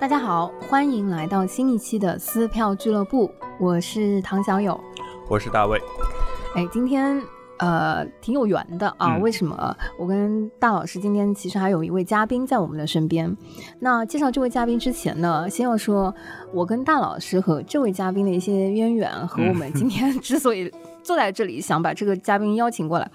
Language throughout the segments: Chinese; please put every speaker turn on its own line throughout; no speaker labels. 大家好，欢迎来到新一期的撕票俱乐部，我是唐小友。
我是大卫，
哎，今天呃挺有缘的啊，
嗯
为什么？我跟大老师今天其实还有一位嘉宾在我们的身边。那介绍这位嘉宾之前呢，先要说我跟大老师和这位嘉宾的一些渊源，和我们今天之所以坐在这里想把这个嘉宾邀请过来，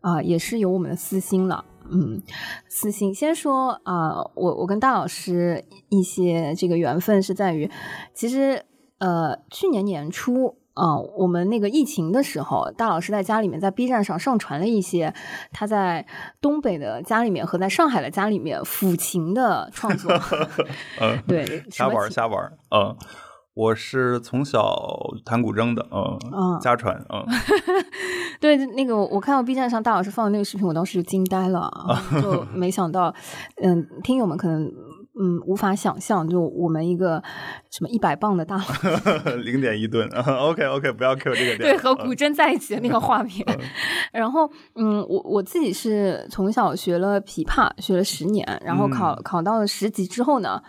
啊、也是有我们的私心了。嗯，私心先说啊、我我跟大老师一些这个缘分是在于，其实呃，去年年初，啊，我们那个疫情的时候，大老师在家里面在 B 站上上传了一些他在东北的家里面和在上海的家里面抚琴的创 作。
嗯，
对，什
瞎
么
玩儿
琴
瞎玩儿，嗯，我是从小弹古筝的，
嗯
嗯，家传，嗯，
对，那个我我看到 B 站上大老师放的那个视频，我当时就惊呆了，啊 就没想到，嗯，听友们可能嗯无法想象，就我们一个什么一百磅的大佬
嗯 零点一吨，OK OK，不要 Q 这个点，
对和
嗯
古筝在一起的那个画面。
嗯
然后，嗯，我我自己是从小学了琵琶，学了十年，然后
嗯
考、考到了十级之后呢，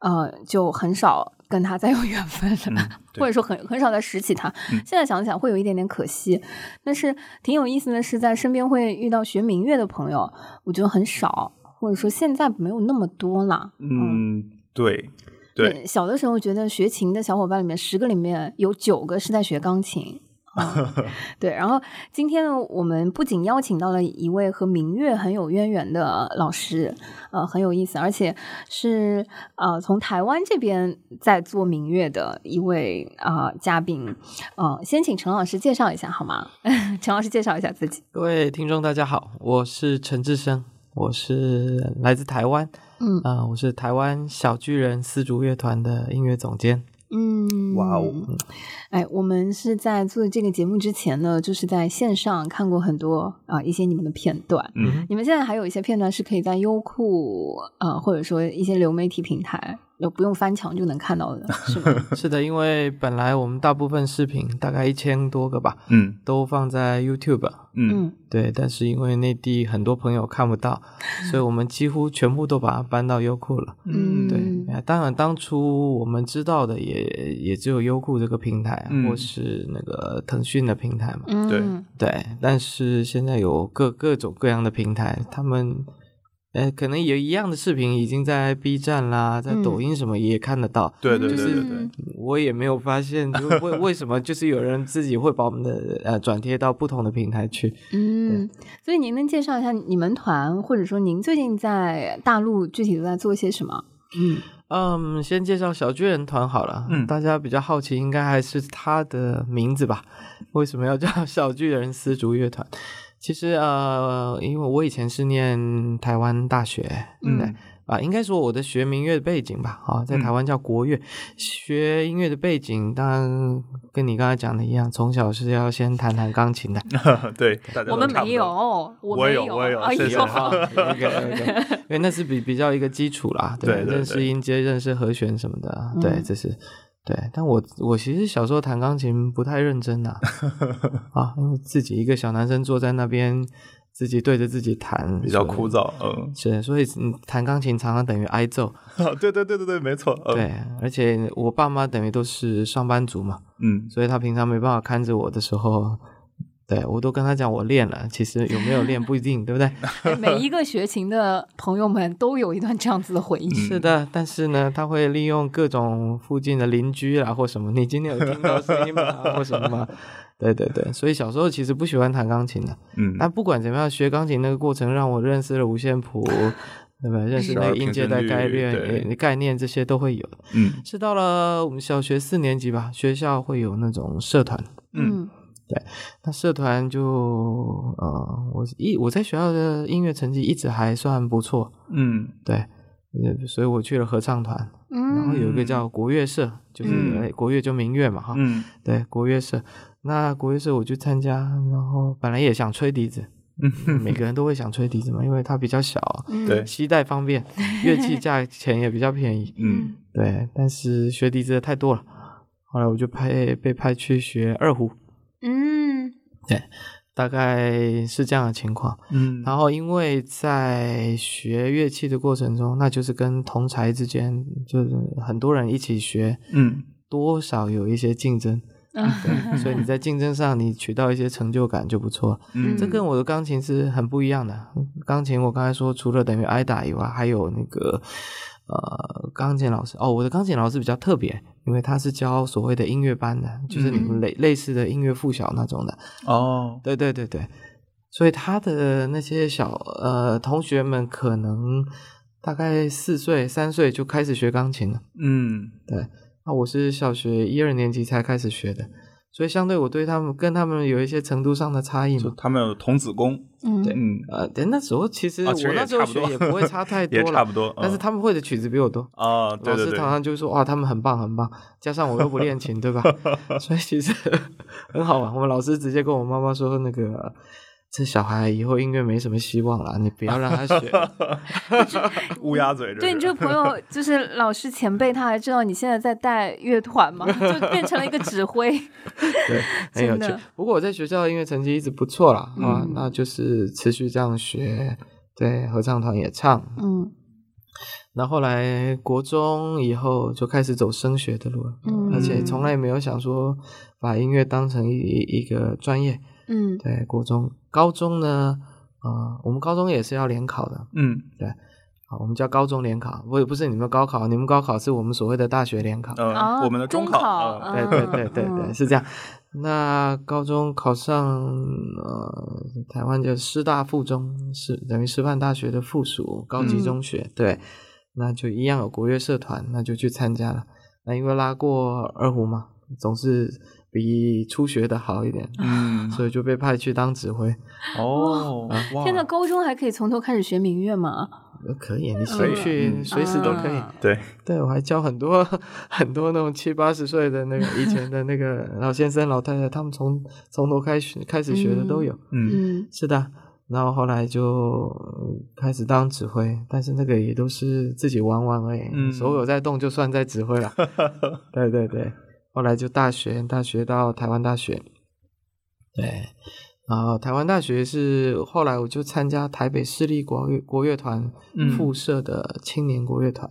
呃，就很少跟他再有缘分了。
嗯对嗯
或者说很很少再拾起它。现在想想会有一点点可惜，但是挺有意思的是，在身边会遇到学民乐的朋友，我觉得很少，或者说现在没有那么多了。
嗯，对对，
嗯小的时候觉得学琴的小伙伴里面，十个里面有九个是在学钢 琴。啊对，然后今天呢，我们不仅邀请到了一位和民乐很有渊源的老师，呃，很有意思，而且是呃从台湾这边在做民乐的一位啊、呃嘉宾，呃，先请陈老师介绍一下好吗？ 陈老师介绍一下自己，
各位听众，大家好，我是陈志生，我是来自台湾，
嗯
啊、我是台湾小巨人丝竹乐团的音乐总监。
嗯，
哇哦，
哎，我们是在做这个节目之前呢，就是在线上看过很多啊、一些你们的片段，
嗯，
你们现在还有一些片段是可以在优酷呃，或者说一些流媒体平台，就不用翻墙就能看到的，是吗？
是的，因为本来我们大部分视频大概一千多个吧，
嗯
都放在 YouTube，
嗯
嗯，
对，但是因为内地很多朋友看不到，所以我们几乎全部都把它搬到优酷了。
嗯
对，啊当然当初我们知道的也也只有优酷这个平台啊，
嗯
或是那个腾讯的平台嘛。
嗯
对
对，但是现在有各各种各样的平台，他们呃可能有一样的视频已经在 B 站啦，在抖音什么也看得到。
对对
就
对
是
对对，
我也没有发现，就为 为什么就是有人自己会把我们的呃转贴到不同的平台去。
嗯，所以您能介绍一下你们团，或者说您最近在大陆具体都在做些什么？嗯
嗯，先介绍小巨人团好了。
嗯
大家比较好奇，应该还是他的名字吧？为什么要叫 小巨人丝竹乐团？其实呃，因为我以前是念台湾大学，
嗯
对啊，应该说我的学民乐背景吧，啊，在
嗯
台湾叫国乐。学音乐的背景，当然跟你刚才讲的一样，从小是要先弹弹 钢琴的。
对，大家
嗯
都
我们
差不
没
多
有，，我
我
没
有我有
哎
谢谢
呦，
好 OK OK，因为那是比比较一个基础啦，
对对
认识
对
音阶、认识和弦什么的，啊对
嗯，
这是对。但我我其实小时候弹钢琴不太 认真的啊，因为自己一个小男生坐在那边，自己对着自己弹，
比较
所以
枯。燥，嗯，
是，所以嗯弹钢琴常常等于挨揍，
对对对对对，没错，嗯
对，而且我爸妈等于都是上班族嘛，
嗯，
所以他平常没办法看着我的时候，对我都跟他讲我练了，其实有没有练不一定，对不 对？
每一个学琴的朋友们都有一段这样子的回忆。
是的，但是呢，他会利用各种附近的邻居啊或什么，你今天有听到声 音吗？或什么吗？对对对，所以小时候其实不喜欢弹钢琴的。
嗯
但不管怎么样，学钢琴那个过程让我认识了五线谱，对吧？认识那个音阶的概
平均律
念、
对
概念这些都会有。
嗯
是到了我们小学四年级吧，学校会有那种社团，
嗯
那社团就呃，我一我在学校的音乐成绩一直还算不错，
嗯
对，呃所以我去了合唱团。然后
嗯
有一个叫国乐社，就是、
嗯
哎国乐就民乐嘛哈，
嗯
对，国乐社。那国乐社我去参加，然后本来也想吹笛子，
嗯，
每个人都会想吹笛子嘛，因为它比较小，
嗯
对
携带 方便，乐器价钱也比较便宜，
嗯
对。但是学笛子的太多了，后来我就派被派去学二胡，
嗯
大概是这样的情况。
嗯，
然后因为在学乐器的过程中，那就是跟同才之间，就是很多人一起学，
嗯
多少有一些竞争，
嗯
对所以你在竞争上你取到一些成就感就不错。
嗯
这跟我的钢琴是很不一样的。钢琴我刚才说，除了等于挨打以外，还有那个呃，钢琴老师哦，我的钢琴老师比较特别，因为他是教所谓的音乐班的，就是你
嗯
们类、类似的音乐附小那种的。
哦，
对对对对，所以他的那些小呃同学们可能大概四岁三岁就开始学钢琴了。
嗯
那我是小学一二年级才开始学的，所以相对我对他们跟他们有一些程度上的差异
就
嘛。
他们有童子功，
嗯，
嗯，
呃，对，那时候其实
啊
我
其实也
那时候
差不
学
多
也不会差太 多
也
了，
差不多，
但是
嗯
他们会的曲子比我多。
啊，对对
老师
对，
常常就说哇，他们很棒很棒，加上我又不练 琴，对吧？所以其实很好玩。我们老师直接跟我妈妈说，那个这小孩以后音乐没什么希望了，你不要让他学。
乌鸦嘴这
对
是
你这个朋 友，就是老师前辈，他还知道你现在在带乐团吗？就变成了一个指挥。
对，很有
真
趣
的。
不过我在学校的音乐成绩一直不错啦，啊
嗯，
那就是持续这样学。对，合唱团也唱，
嗯
那后来国中以后就开始走升学的路了，
嗯
而且从来没有想说把音乐当成一一一个专业。
嗯
对，国中、高中呢，啊、我们高中也是要联考的，
嗯
啊，我们叫高中联考，不不是你们高考，你们高考是我们所谓的大学联考。
嗯，
啊，
我们的
中
考，嗯
对对对对对，
嗯
是这样。那高中考上呃，台湾叫师大附中，是等于师范大学的附属高级中学，对，那就一样有国乐社团，那就去参加了。那因为拉过二胡嘛，总是比初学的好一点，
嗯，
所以就被派去当指挥。
哦，哇，
天呐，高中还可以从头开始学民乐吗？
呃可以，
可
你随
以啊
去
嗯
随时都可以。
啊
对，
对，我还教很多很多那种七八十岁的那个以前的 那个老先生、老太太，他们从从头开始开始学的都有。
嗯
嗯
是的，然后后来就嗯开始当指挥，但是那个也都是自己玩玩而已，
嗯
手有在动就算在指 挥了。对对对，后来就大学，大学到台湾大学，对。然后台湾大学是后来我就参加台北市立国乐国乐团
嗯
附设的青年国乐团，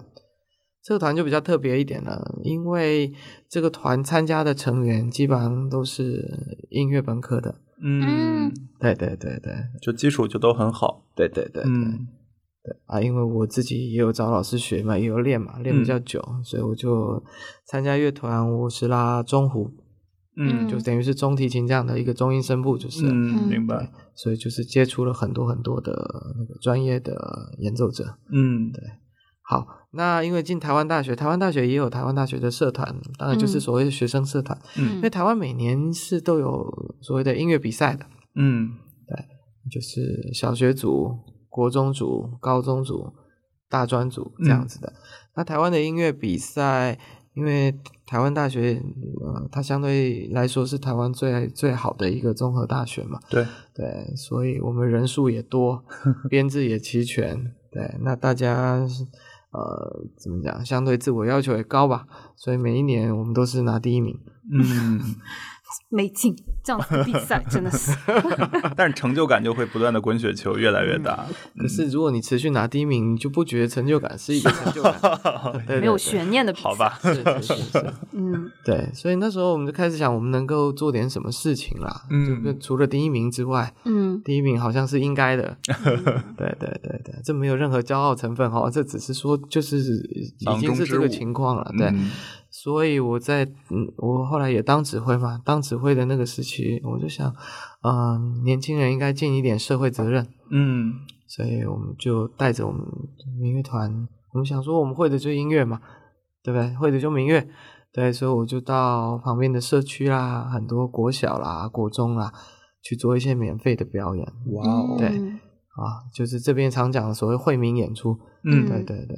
这个团就比较特别一点了，因为这个团参加的成员基本上都是音乐本科的，
嗯，
对对对对，
就基础就都很好，
对对对，对
嗯
啊，因为我自己也有找老师学嘛，也有练嘛，练比较久，所以我就参加乐团，我是拉中胡，
嗯
嗯
就等于是中提琴这样的一个中音声部，就是，
嗯，明
对
白，，
所以就是接触了很多很多的那个专业的演奏者。
嗯，对，
好，那因为进台湾大学，台湾大学也有台湾大学的社团，当然就是
嗯
所谓的学生社团，因
嗯
为台湾每年是都有所谓的音乐比赛的，
嗯
就是小学组、国中组、高中组、大专组这
嗯
样子的。那台湾的音乐比赛，因为台湾大学，呃，它相对来说是台湾最最好的一个综合大学嘛，
对，
对，所以我们人数也多，编制也齐全，对，那大家。呃，怎么讲？相对自我要求也高吧，所以每一年我们都是拿第一名。
嗯，
没劲，这样子的比 赛真的是，
但是成就感就会不断的滚雪球，越来越大，
可是如果你持续拿第一名，你就不觉得成就感是一个成就感，对
没有。
对对
悬念的比赛。
好，吧，
是是是是，
嗯
对，所以那时候我们就开始想，我们能够做点什么事情啦。
嗯
就除了第一名之外，
嗯
第一名好像是应该的。对对对对，这没有任何骄傲成分哈、这只是说就是已
囊
经
中
是
之
这个
物
情况了。对，
嗯
所以我在嗯，我后来也当指挥嘛，当指挥的那个时期，我就想，嗯、年轻人应该尽一点社会责任。
嗯
所以我们就带着我们民乐团，我们想说我们会的就是音乐嘛，对不对？会的就民乐，对，所以我就到旁边的社区啦，很多国小啦、国中啦，去做一些免费的表演
哇
嗯，
哦，
对啊，就是这边常讲的所谓惠民演出，
嗯
对对对。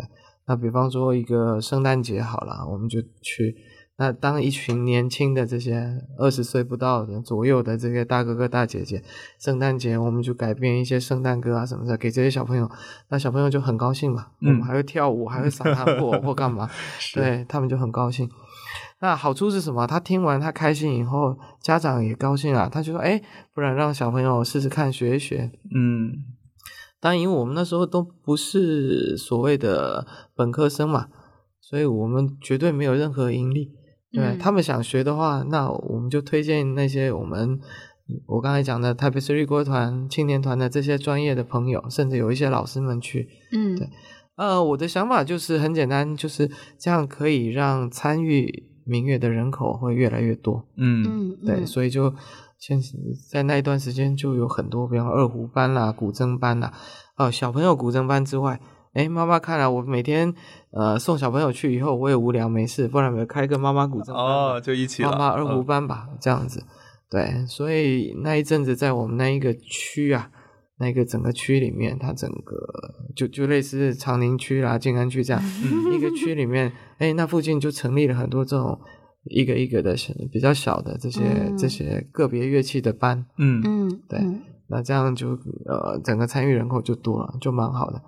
那比方说一个圣诞节好了，我们就去。那当一群年轻的这些二十岁不到的左右的这些大哥哥大姐姐，圣诞节我们就改编一些圣诞歌啊什么的给这些小朋友，那小朋友就很高兴嘛。
嗯
我们还会跳舞，还会撒糖果或干嘛，
是
对他们就很高兴。那好处是什么？他听完他开心以后，家长也高兴啊，他就说：“哎，不然让小朋友试试看，学一学。
嗯”
当然，因为我们那时候都不是所谓的本科生嘛，所以我们绝对没有任何盈利。对、
嗯
他们想学的话，那我们就推荐那些我们我刚才讲的台北市立国乐团、青年团的这些专业的朋友，甚至有一些老师们去。
嗯
对呃，我的想法就是很简单，就是这样可以让参与民乐的人口会越来越多。
嗯
嗯，
对，
嗯
所以就现在那一段时间就有很多，比方二胡班啦、古筝班啦，呃，小朋友古筝班之外，哎，妈妈看了、我每天呃送小朋友去以后，我也无聊没事，不然我开个妈妈古筝班吧
哦，就一起了。
嗯妈妈二胡
嗯
班吧，这样子。对，所以那一阵子在我们那一个区啊，那一个整个区里面，它整个就就类似长宁区啦、静安区这样、嗯一个区里面，哎，那附近就成立了很多这种一个一个的小比较小的这些、这
嗯
些个别乐器的班，
嗯
嗯，
对
嗯
那这样就呃整个参与人口就多了，就蛮好的。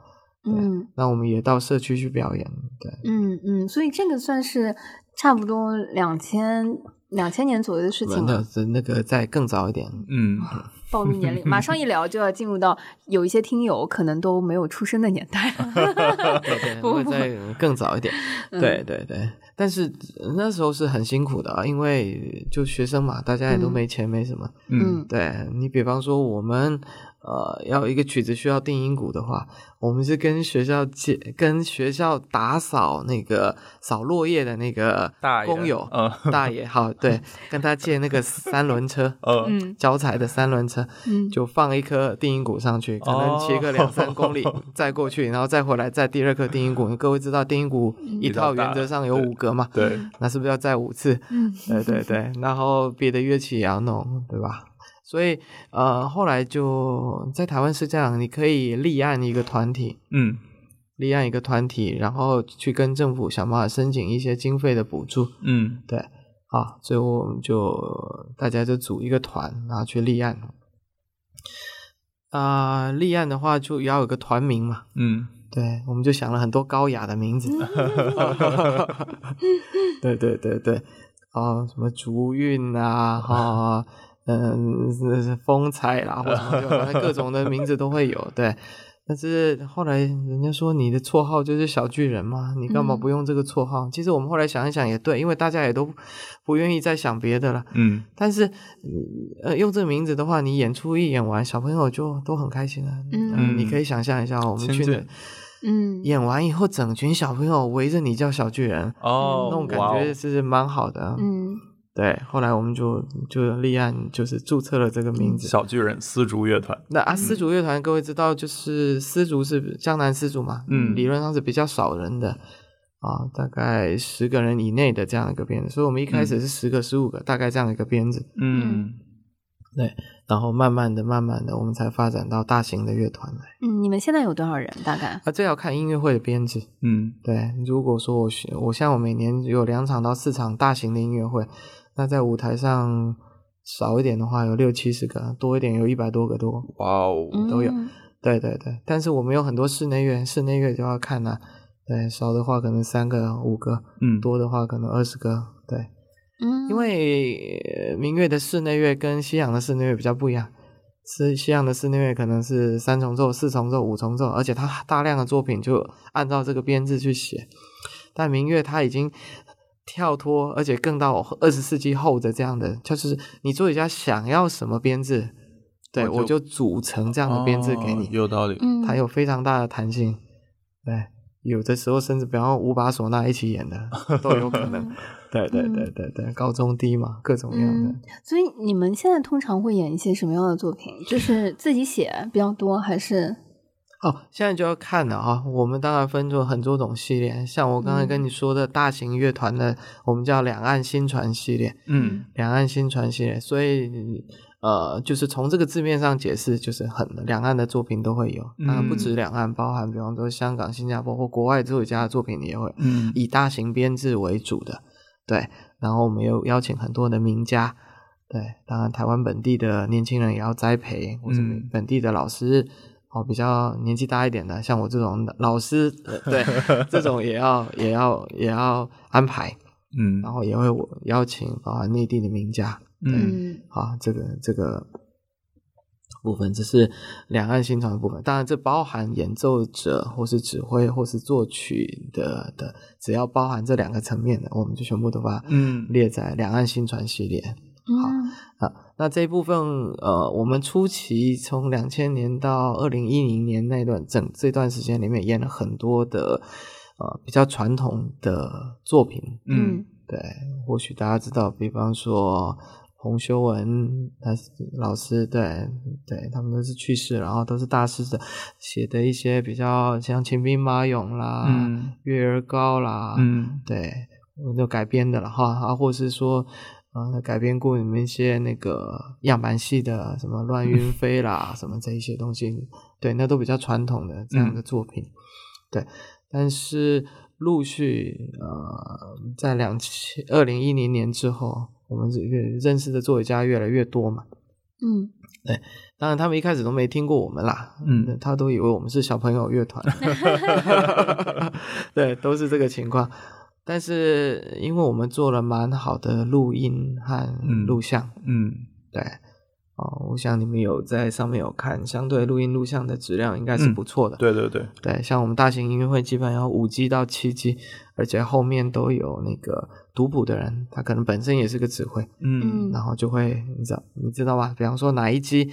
嗯
那我们也到社区去表演，对。
嗯嗯，所以这个算是差不多两千两千年左右的事情
那
了，
是那个再更早一点，
嗯，
暴露年龄。马上一聊就要进入到有一些听友可能都没有出生的年代了。
对，
不
会
不
再更早一点。
嗯
对对对，但是呃那时候是很辛苦的啊，因为就学生嘛，大家也都
嗯
没钱，没什么。
嗯
嗯
对你比方说我们呃要一个曲子需要定音鼓的话，我们是跟学校借，跟学校打扫那个扫落叶的那个
大爷
工友
嗯。
大爷，好对，跟他借那个三轮车
呃
嗯
脚踩的三轮车，
嗯
就放一颗定音鼓上去，
哦
可能骑个两三公 里再过去，然后再回来，再第二颗定音鼓。各位知道定音鼓一套
比较大
原则上有五格嘛？
对，
那是不是要再五次？
嗯
对对对，然后别的乐器也要弄，对吧？所以呃，后来就在台湾是这样，你可以立案一个团体，
嗯
立案一个团体，然后去跟政府想办法申请一些经费的补助。
嗯
对，啊，所以我们就大家就组一个团，然后去立案。啊、立案的话就要有个团名嘛，
嗯
对，我们就想了很多高雅的名字， 对对对对，啊，什么竹韵啊，哈、嗯，是风采啦，或什么就反正各种的名字都会有，对。但是后来人家说你的绰号就是小巨人嘛，你干嘛
嗯
不用这个绰号？其实我们后来想一想也对，因为大家也都不愿意再想别的了。
嗯
但是，呃，用这个名字的话，你演出一演完，小朋友就都很开心了。
嗯
呃你可以想象一下，我们
亲
去
近
那
嗯
演完以后，整群小朋友围着你叫小巨人，
哦，
那种感
哇哦
觉是蛮好的。
嗯
对，后来我们就就立案，就是注册了这个名字。
小巨嗯人丝竹乐团，
那啊，丝竹乐团，各位知道，就是丝竹是江南丝竹嘛，
嗯
理论上是比较少人的啊，大概十个人以内的这样一个编制，所以我们一开始是十个、十五个，大概这样一个编制，
嗯
然后慢慢的、慢慢的，我们才发展到大型的乐团来。
嗯，你们现在有多少人？大概
啊，这要看音乐会的编制。
嗯
对，如果说我学我像我每年有两场到四场大型的音乐会，那在舞台上少一点的话有六七十个，多一点有一百多个多。
哇哦，
都有
嗯
对对对，但是我们有很多室内乐，室内乐就要看呐、对，少的话可能三个五个，
嗯
多的话可能二十个。对，
嗯，
因为呃民乐的室内乐跟西洋的室内乐比较不一样。是西洋的室内乐可能是三重奏、四重奏、五重奏，而且它大量的作品就按照这个编制去写。但民乐它已经跳脱，而且更到二十世纪后的这样的，就是你作曲家想要什么编制，对
我
我
哦就
就组成这样的编制给你
哦。有道理，
嗯
它有非常大的弹性。对，有的时候甚至比方说五把唢呐一起演的都有可能。对对对对对，高中低嘛，各种样的。
嗯，所以你们现在通常会演一些什么样的作品？就是自己写比较多，还是
哦，现在就要看了啊、我们当然分出很多种系列，像我刚才跟你说的大型乐团的，我们叫两岸新传系列，
嗯
两岸新传系列。所以呃，就是从这个字面上解释，就是很两岸的作品都会有。当然不
嗯
止两岸，包含比方说香港、新加坡或国外作曲家的作品也会有。
嗯
以大型编制为主的，对。然后我们又邀请很多的名家，对，当然台湾本地的年轻人也要栽培，或者
嗯
本地的老师，哦，比较年纪大一点的，像我这种老师，呃对，这种也要也要也要安排。
嗯，
然后也会我邀请包含内地的名家，
嗯
嗯
啊，这个这个部分，这是两岸新传的部分。当然，这包含演奏者或是指挥或是作曲的的，只要包含这两个层面的，我们就全部都把它
嗯
列在两岸新传系列好
嗯
啊。那这一部分，呃，我们初期从两千年到二零一零年那段整这段时间里面演了很多的。呃，比较传统的作品，
嗯
对，或许大家知道，比方说洪修文，他是老师，对对，他们都是去世，然后都是大师的写的一些比较像《秦兵马俑》啦，
嗯
月儿高》啦，，
嗯
对，我就改编的了哈，啊，或是说。呃，改编过你们一些那个样板戏的，什么《乱云飞》啦，什么这一些东西，对，那都比较传统的这样的作品，对。但是陆续呃，在两千二零一零年之后，我们这个认识的作曲家越来越多嘛，
嗯
当然他们一开始都没听过我们啦，
嗯
他都以为我们是小朋友乐团， 嗯对，都是这个情况。但是因为我们做了蛮好的录音和
嗯
录像，
嗯
对，哦，我想你们有在上面有看，相对录音录像的质量应该是不错的。
嗯对对对，
对，像我们大型音乐会基本要五 G 到七 G，而且后面都有那个读谱的人，他可能本身也是个指挥，
嗯
嗯
然后就会你知道你知道吗？比方说哪一机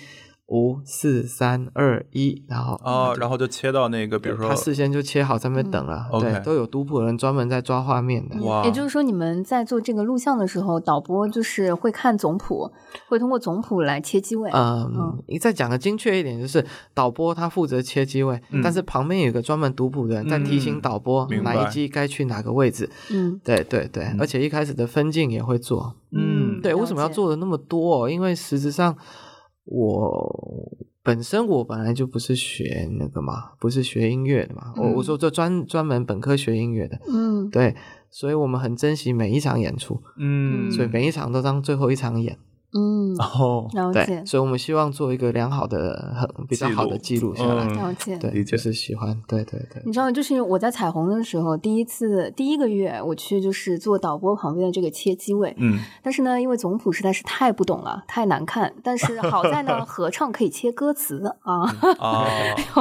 五四三二一，然后
哦，然后就切到那个，比如说
他事先就切好在那边等了，
嗯
对
OK
都有读谱人专门在抓画面的。
嗯
哇
也就是说，你们在做这个录像的时候，导播就是会看总谱，会通过总谱来切机位。
嗯，你再讲的精确一点，就是导播他负责切机位，
嗯
但是旁边有一个专门读谱的人在提醒
嗯
导播
明
哪一
白
机该去哪个位置。
嗯
对对对，
嗯
而且一开始的分镜也会做，
嗯
对，
了
为什么要
解
做的那么多、哦因为实质上我本身我本来就不是学那个嘛，不是学音乐的嘛，我我
嗯
说这专专门本科学音乐的，
嗯
对，所以我们很珍惜每一场演出，
嗯，
所以每一场都当最后一场演，
嗯，
哦，
了
对，
解
所以我们希望做一个良好的、很比较
记
好
录
的记录下来，
嗯
了解。
对，
理解
就是喜欢，对对对，
你知道，就是我在彩虹的时候，第一次第一个月我去就是做导播旁边的这个切机位，
嗯
但是呢，因为总谱实在是太不懂了，太难看。但是好在呢，合唱可以切歌词啊。
啊，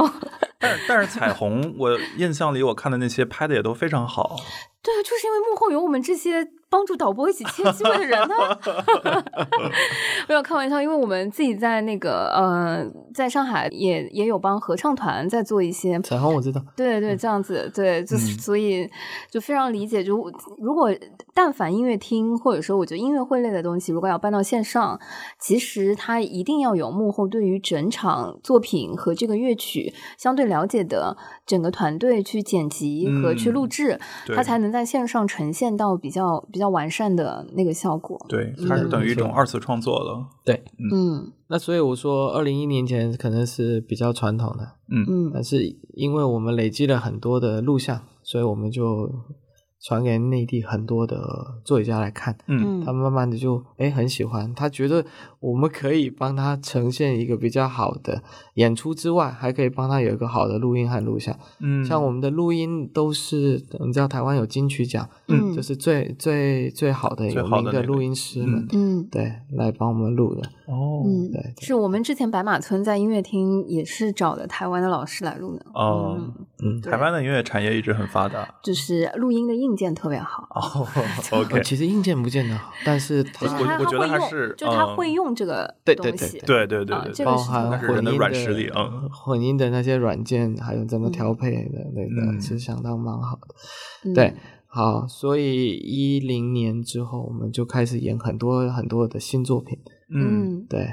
但是但是彩虹，我印象里我看的那些拍的也都非常好，
对啊，就是因为幕后有我们这些帮助导播一起切机位的人呢、 没有开玩笑，因为我们自己在那个呃，在上海也也有帮合唱团在做一些
彩虹我知道，
对对，这样子，对，就是
嗯
所以就非常理解。就如果但凡音乐厅，或者说我觉得音乐会类的东西，如果要搬到线上，其实它一定要有幕后对于整场作品和这个乐曲相对了解的整个团队去剪辑和去录
嗯
制，
对
它才能在线上呈现到比较比较完善的那个效果。
对，
嗯
它是等于一种二次创作了，
对。
嗯
那所以我说，二零一零前可能是比较传统的，
嗯
但是因为我们累积了很多的录像，所以我们就传给内地很多的作曲家来看，
嗯
嗯
他们慢慢的就哎很喜欢，他觉得我们可以帮他呈现一个比较好的演出之外，还可以帮他有一个好的录音和录像。
嗯，
像我们的录音都是，你知道台湾有金曲奖，
嗯
就是最最最好的
最
有
好的
名
那
的
个
录音师们，
嗯
对，来帮我们录的。
哦
嗯
对，对
是我们之前白马村在音乐厅也是找的台湾的老师来录的。
哦
嗯
嗯，
对
台湾的音乐产业一直很发 达
就是录音的硬件特别好，
哦，OK，
呃其实硬件不见得好，但是
就
他
是
我
他
我觉
他
得还
会用，
是
就是他
嗯
会用这个
对
东
对
西，
对对对
啊
对
这
对，
个
包
是
含
那是
混
人
音
的软实力嗯
混音的那些软件，还有怎么调配的那个，
嗯
是相当蛮好的。
嗯
对，好，所以一零年之后，我们就开始演很多很多的新作品。
嗯
嗯
对，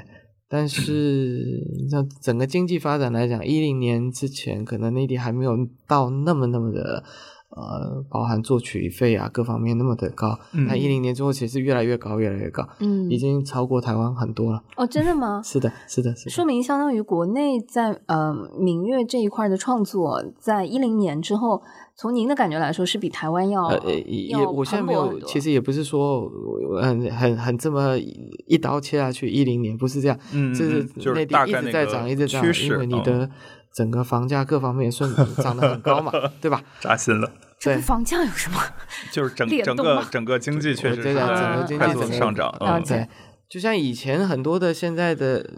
但是像整个经济发展来讲，一零年之前，可能内地还没有到那么那么的。呃，包含作曲费啊，各方面那么的高。
嗯
那一零年之后，其实越来越高，越来越高，
嗯，
已经超过台湾很多了。
哦，真的吗？
是的，是的，是的。
说明相当于国内在呃民乐这一块的创作，在一零年之后，从您的感觉来说，是比台湾要
呃，也也
要
我现在
蓬
没
勃很
有，
多。
其实也不是说我很很很这么一刀切下去，一零年不是这样，
嗯
这
嗯嗯就是
内地
大
一
概
直
那
在
个
涨，一直在
趋
涨，
势
因为你
嗯
的整个房价各方 面顺涨得很高嘛，对吧？
扎心了，
这
对
跟房价有什么？
就是整
联
整
动
个
吗
整个经济确实
对
是
的，
啊
整个
在
经
快
济
速
整
地
个
上涨，
了
嗯，
解
对，就像以前很多的现在的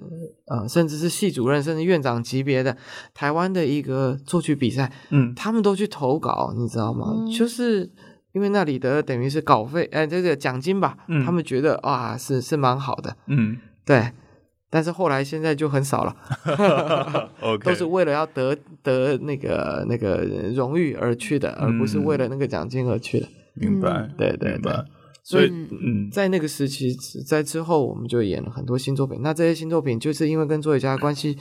呃，甚至是系主任甚至院长级别的台湾的一个作曲比赛，
嗯，
他们都去投稿，你知道吗？
嗯
就是因为那里的等于是稿费，呃，这个奖金吧，
嗯
他们觉得啊是是蛮好的，
嗯
对。但是后来现在就很少了，
，OK，
都是为了要得得那个那个荣誉而去的，而不是为了那个奖金而去的。
明白，
嗯
对
嗯
对
明白
对，
所以
嗯
嗯
在那个时期，在之后我们就演了很多新作品。那这些新作品就是因为跟作曲家关系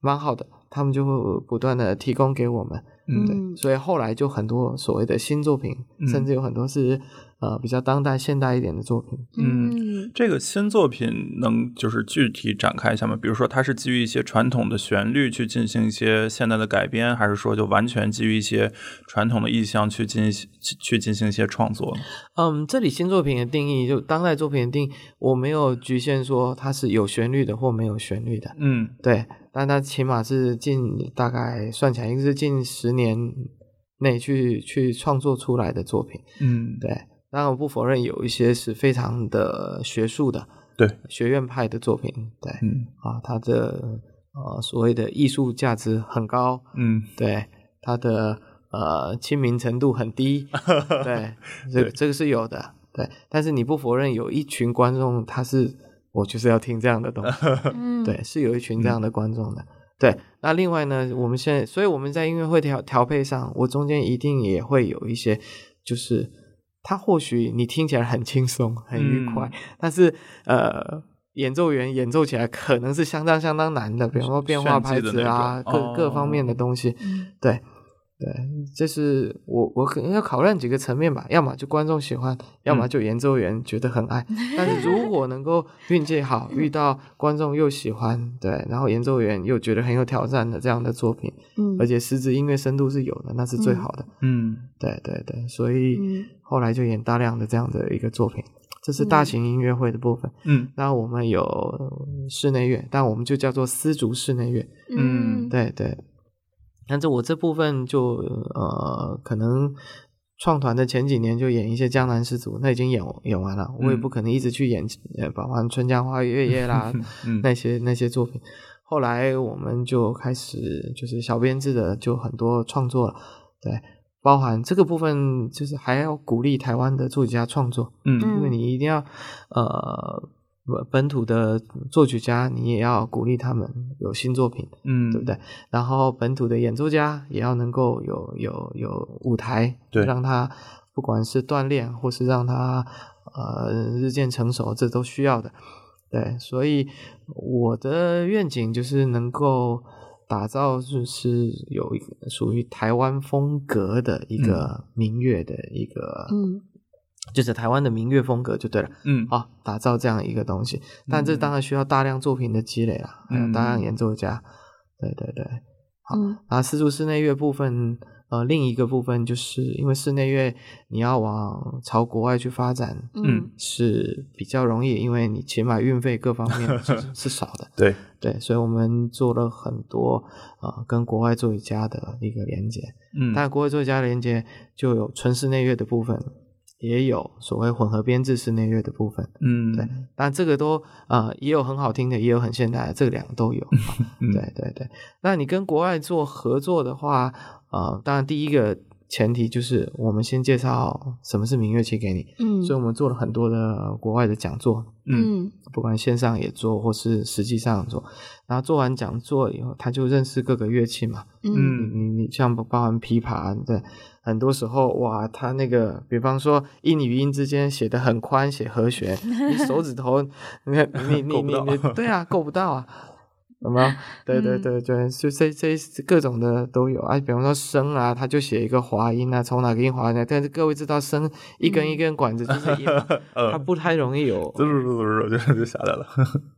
蛮好的，他们就会不断的提供给我们，
嗯
嗯
所以后来就很多所谓的新作品，
嗯
甚至有很多是呃比较当代现代一点的作品。
嗯
这个新作品能就是具体展开一下吗？比如说，它是基于一些传统的旋律去进行一些现代的改编，还是说就完全基于一些传统的意象去进行去去进行一些创作呢？
嗯，这里新作品的定义就当代作品的定义，我没有局限说它是有旋律的或没有旋律的，
嗯
对，但它起码是近大概算起来应该是近十年内去去创作出来的作品。
嗯，
对，当然我不否认有一些是非常的学术的，
对，
学院派的作品，对，
嗯
啊，它的呃所谓的艺术价值很高，
嗯，
对，它的呃亲民程度很 低，对，这
对
这个是有的，对，但是你不否认有一群观众他是我就是要听这样的东西，
嗯，
对，是有一群这样的观众的。对，那另外呢，我们现在，所以我们在音乐会调调配上，我中间一定也会有一些，就是它或许你听起来很轻松、很愉
嗯
快，但是呃，演奏员演奏起来可能是相当相当难的，比方说变化
炫
拍
技的
子啊，
那
各、
种哦
各方面的东西，
嗯
对。对，这是我我可能要考量几个层面吧，要么就观众喜欢，要么就演奏员觉得很爱。但是如果能够运气好，遇到观众又喜欢，对，然后演奏员又觉得很有挑战的这样的作品，
嗯
而且实质音乐深度是有的，那是最好的。
嗯
对对对，所以
嗯
后来就演大量的这样的一个作品，这是大型音乐会的部分。
嗯
那我们有呃室内乐，但我们就叫做丝竹室内乐。
嗯
对对，但是我这部分就呃，可能创团的前几年就演一些江南十足，那已经演演完了，我也不
嗯
可能一直去演呃，包括春江花月 夜啦
嗯
那些那些作品。后来我们就开始就是小编制的，就很多创作了，对，包含这个部分就是还要鼓励台湾的作曲家创作，
嗯
因为
嗯
你一定要呃本本土的作曲家，你也要鼓励他们有新作品，
嗯，
对不对？？然后本土的演奏家也要能够有有有舞台，
对
让他不管是锻炼或是让他呃日渐成熟，这都需要的。对，所以我的愿景就是能够打造，就是有一个属于台湾风格的一
嗯
个民乐的一个，
嗯
就是台湾的民乐风格就对了。
嗯
啊，打造这样一个东西，但这
嗯
当然需要大量作品的积累啦，还有大量
嗯
演奏家。对对对，好
嗯
然啊后四柱室内乐部分，呃，另一个部分就是因为室内乐你要往朝国外去发展
嗯
是比较容易，因为你起码运费各方 面是是少的。
对，
对，所以我们做了很多呃跟国外作曲家的一个连接，
嗯
但国外作曲家连接就有纯室内乐的部分，也有所谓混合编制室内乐的部分。
嗯
对但这个都呃也有很好听的，也有很现代的，这两个都有。
嗯
对对对，那你跟国外做合作的话，呃，当然第一个前提就是我们先介绍什么是民乐器给你，
嗯，
所以我们做了很多的国外的讲座，
嗯
嗯
不管线上也做或是实际上做，然后做完讲座以后，他就认识各个乐器嘛，
嗯
你
嗯
你你像包含琵琶，对，很多时候哇，他那个，比方说音与音之间写的很宽，写和弦，你手指头，你看你你
够不
你
到
你，对啊，够不到啊，有没有？对对对对，就这这各种的都有啊。比方说笙啊，他就写一个滑音啊，从哪个音滑呢？但是各位知道笙一根一 根管子就是音嘛，它
呃，
不太容 易有
嘟嘟嘟嘟嘟就就下来了，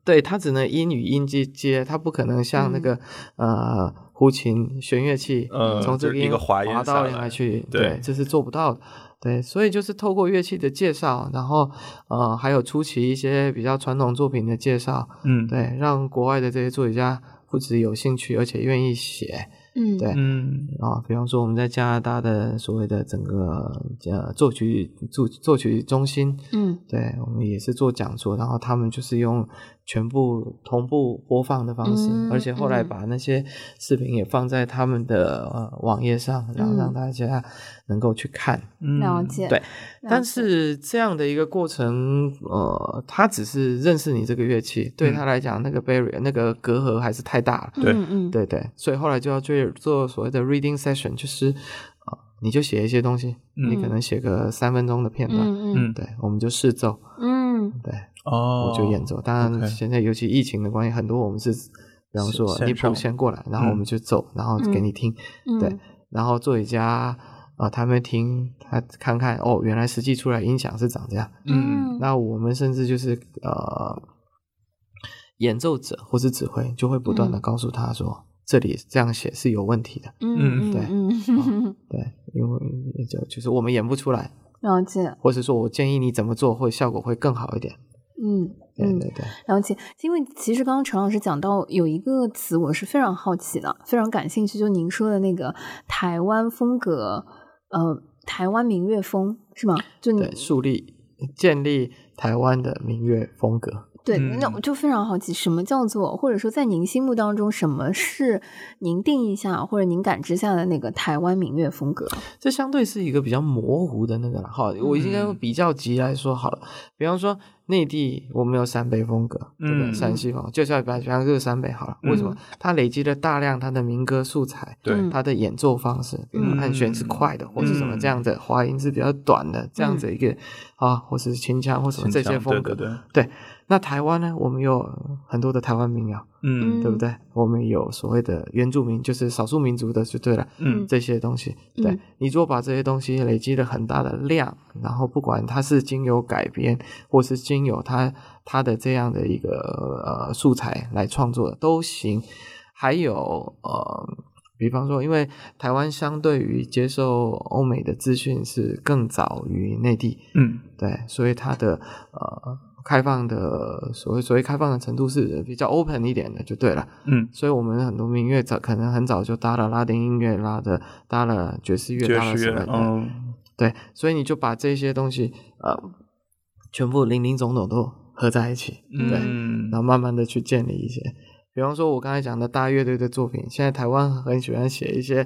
对，它只能音与音接接，它不可能像那个、呃胡琴弦乐器，
嗯
从这
就是
个
一
音
个滑音下
滑到另
来
外去，
对
这是做不到的。对，所以就是透过乐器的介绍，然后呃还有初期一些比较传统作品的介绍，
嗯，
对，让国外的这些作曲家不止有兴趣，而且愿意写，
嗯，
对
嗯
啊，比方说我们在加拿大的所谓的整个呃作曲作作曲中心，
嗯
对我们也是做讲座，然后他们就是用全部同步播放的方式，
嗯
而且后来
嗯
把那些视频也放在他们的呃网页上，然后
嗯
让大家能够去看。
嗯，
了解。
对
了
但
解
是这样的一个过程，呃，他只是认识你这个乐器，对他来讲，那个 barrier 那个隔阂还是太大了。
对
嗯嗯，
对对，所以后来就要去做所谓的 reading session，就是啊、呃你就写一些东西，你可
嗯
能写个三分钟的片段，
嗯嗯
嗯
对，我们就试奏，
嗯
对，
哦，
我就演奏。当然，
OK
现在尤其疫情的关系，很多我们是，比方
线
说
线
你谱
上
先过来，然后我们
嗯
就奏，然后给你听，
嗯，
对，然后作曲家啊、呃他们听，他看看哦，原来实际出来音响是长这样。
嗯
嗯，
那我们甚至就是呃，演奏者或是指挥就会不断的
嗯
告诉他说，这里这样写是有问题的，
嗯嗯
嗯
对
嗯，
对，因为就就是我们演不出来，
了解，
或是说我建议你怎么做会效果会更好一点。
嗯
对
嗯
对对，
了解，因为其实刚刚陈老师讲到有一个词，我是非常好奇的，非常感兴趣，就您说的那个台湾风格，呃，台湾民乐风是吗？就你
嗯
对，树立 建立台湾的民乐风格。
对，
嗯
那我就非常好奇，什么叫做，或者说在您心目当中，什么是您定义下或者您感知下的那个台湾民乐风格？
这相对是一个比较模糊的那个了哈，我应该用
嗯
比较级来说好了。比方说内地，我们有陕北风格，对不对？
嗯
陕西风格，就像比方说陕北好了，为什么
嗯？
它累积了大量它的民歌素材，
对
嗯
它的演奏方式，比如
嗯
按弦是快的，或是什么
嗯
这样子，滑音是比较短的，这样子一个啊，或是秦腔或什么
秦
这些
腔
风格
对。对对，嗯
那台湾呢，我们有很多的台湾民谣，
嗯
对
嗯
不对？我们有所谓的原住民，就是少数民族的，就对了。
嗯
这些东西。
嗯
对、你，如果把这些东西累积了很大的量，然后不管它是经由改编，或是经由它它的这样的一个呃素材来创作的都行。还有呃，比方说，因为台湾相对于接受欧美的资讯是更早于内地，
嗯
对，所以它的呃。开放的所谓所谓开放的程度是比较 open 一点的，就对了。
嗯
所以我们很多民乐早可能很早就搭了拉丁音乐，拉的搭了爵士乐，
爵
搭了
士
什么
乐
的，，
嗯
对，所以你就把这些东西呃，全部零零总总都合在一起，对，
嗯
然后慢慢的去建立一些，比方说我刚才讲的大乐队的作品，现在台湾很喜欢写一些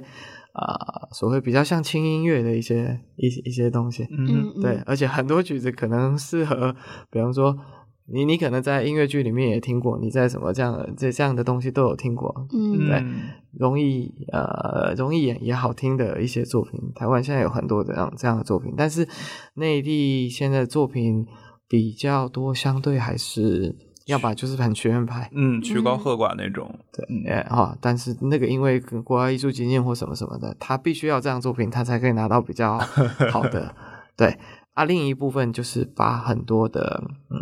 啊、所谓比较像轻音乐的一些一些一些东西，
嗯
嗯，
对，而且很多曲子可能适合，比方说你你可能在音乐剧里面也听过，你在什么这样的这这样的东西都有听过，
嗯
对
嗯
容易呃容易演也好听的一些作品，台湾现在有很多这样这样的作品，但是内地现在作品比较多，相对还是要把就是很学院 派。
嗯，曲高和寡那种，
对，哎哈、但是那个因为跟国外艺术基金或什么什么的，他必须要这样作品，他才可以拿到比较好的。对啊，另一部分就是把很多的嗯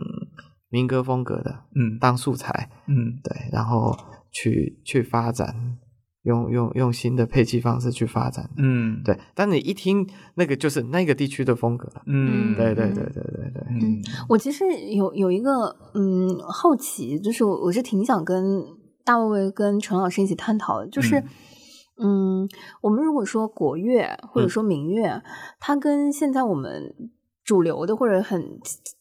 民歌风格的
嗯
当素材，
嗯
对，然后去去发展，用用用新的配器方式去发展。
嗯，
对，但你一听那个就是那个地区的风格了。
嗯，
对对对对对对，
嗯
我其实有有一个嗯好奇，就是我我是挺想跟大卫卫跟陈老师一起探讨的，就是嗯我们如果说国乐或
嗯
者说民乐，它跟现在我们主流的或者很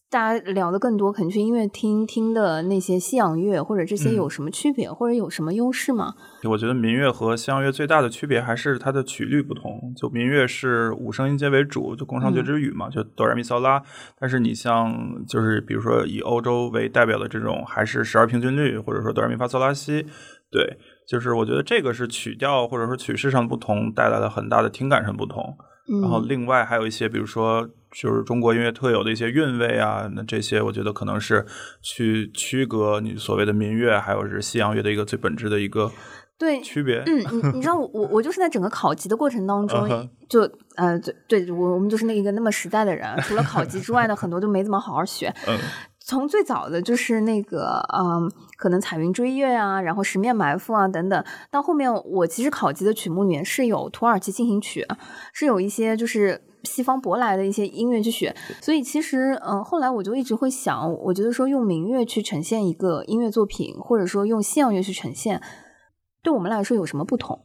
大家聊的更多，可能去音乐厅听的那些西洋乐或者这些
嗯
有什么区别，或者有什么优势吗？
我觉得民乐和西洋乐最大的区别还是它的曲律不同。就民乐是五声音阶为主，就宫商角徵羽嘛，就哆来咪嗦拉。但是你像就是比如说以欧洲为代表的这种，还是十二平均律，或者说哆来咪发嗦拉西，对，就是我觉得这个是曲调或者说曲式上的不同带来了很大的听感上的不同。
嗯，
然后另外还有一些，比如说就是中国音乐特有的一些韵味啊，那这些我觉得可能是去区隔你所谓的民乐还有是西洋乐的一个最本质的一个
对
区别。
嗯，你你知道我我我就是在整个考级的过程当
嗯
中
哼，
就呃对对我我们就是那一个那么实在的人，除了考级之外呢，很多就没怎么好好学。
嗯
从最早的就是那个嗯，可能彩云追月啊，然后十面埋伏啊等等，到后面我其实考级的曲目里面是有土耳其进行曲，是有一些就是西方舶来的一些音乐去学，所以其实嗯、呃后来我就一直会想，我觉得说用民乐去呈现一个音乐作品，或者说用西洋乐去呈现，对我们来说有什么不同？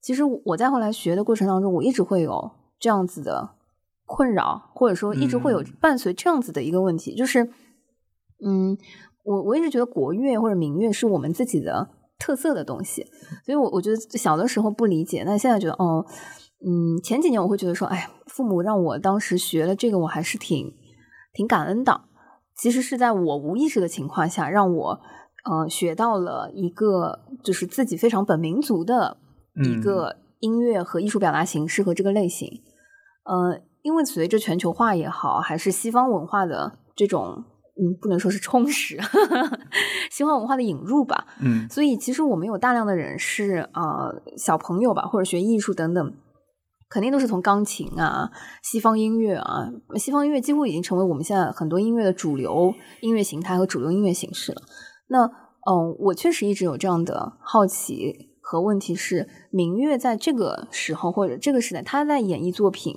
其实我在后来学的过程当中，我一直会有这样子的困扰，或者说一直会有
嗯
伴随这样子的一个问题，就是，嗯，我我一直觉得国乐或者民乐是我们自己的特色的东西，所以我我觉得小的时候不理解，但现在觉得哦，嗯，前几年我会觉得说，哎，父母让我当时学了这个，我还是挺挺感恩的。其实是在我无意识的情况下，让我呃学到了一个就是自己非常本民族的一
嗯
个音乐和艺术表达形式和这个类型。呃，因为随着全球化也好，还是西方文化的这种嗯，不能说是充实， 西方文化的引入吧，
嗯
所以其实我们有大量的人是呃小朋友吧，或者学艺术等等，肯定都是从钢琴啊、西方音乐啊，西方音乐几乎已经成为我们现在很多音乐的主流音乐形态和主流音乐形式了。那嗯、呃我确实一直有这样的好奇和问题是，民乐在这个时候或者这个时代，它在演绎作品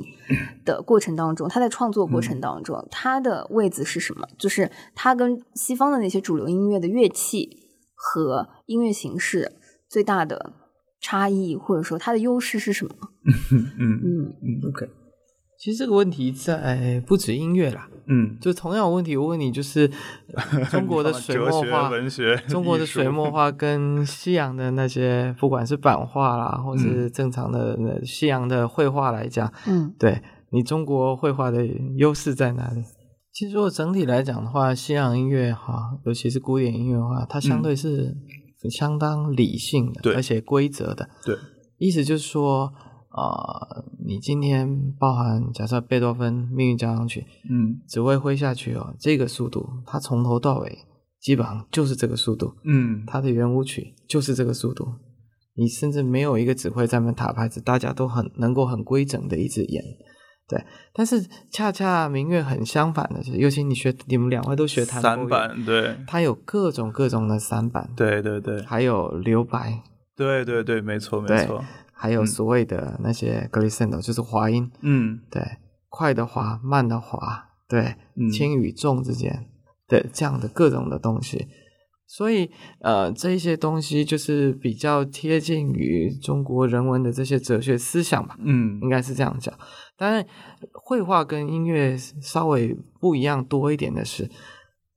的过程当中，它在创作过程当中，它的位子是什么？就是它跟西方的那些主流音乐的乐器和音乐形式最大的差异，或者说它的优势是什么？
嗯
嗯
，OK。其实这个问题在不止音乐啦，
嗯，
就同样的问题，我问你，就是 中国
你放
的
了
水
哲
墨
学
画，
文学、
中国
艺
的
术
水墨，画跟西洋的那些，不管是版画啦，或是正常的呃西洋的绘画来讲，
嗯
对你中国绘画的优势在哪里？其实，如果整体来讲的话，西洋音乐哈，尤其是古典音乐的话，它相对是相当理性的，
对
而且规则的。
对，
意思就是说，呃，你今天包含假设贝多芬《命运交响曲》，
嗯
只会挥下去哦，这个速度，它从头到尾基本上就是这个速度，
嗯，
它的圆舞曲就是这个速度。你甚至没有一个指挥在那边打拍子，大家都很能够很规整的一直演，对。但是恰恰明月很相反的，就是尤其你学你们两位都学弹
散
拨乐，
板，对
它有各种各种的散板，，
对对对
还有留白，
对对对，没错没
对
错，
还有所谓的那些 glissando，、就是滑音，
嗯
对，快的滑，慢的滑，对
嗯，
轻与重之间的这样的各种的东西。所以，呃，这一些东西就是比较贴近于中国人文的这些哲学思想吧，
嗯
应该是这样讲。当然，绘画跟音乐稍微不一样多一点的是，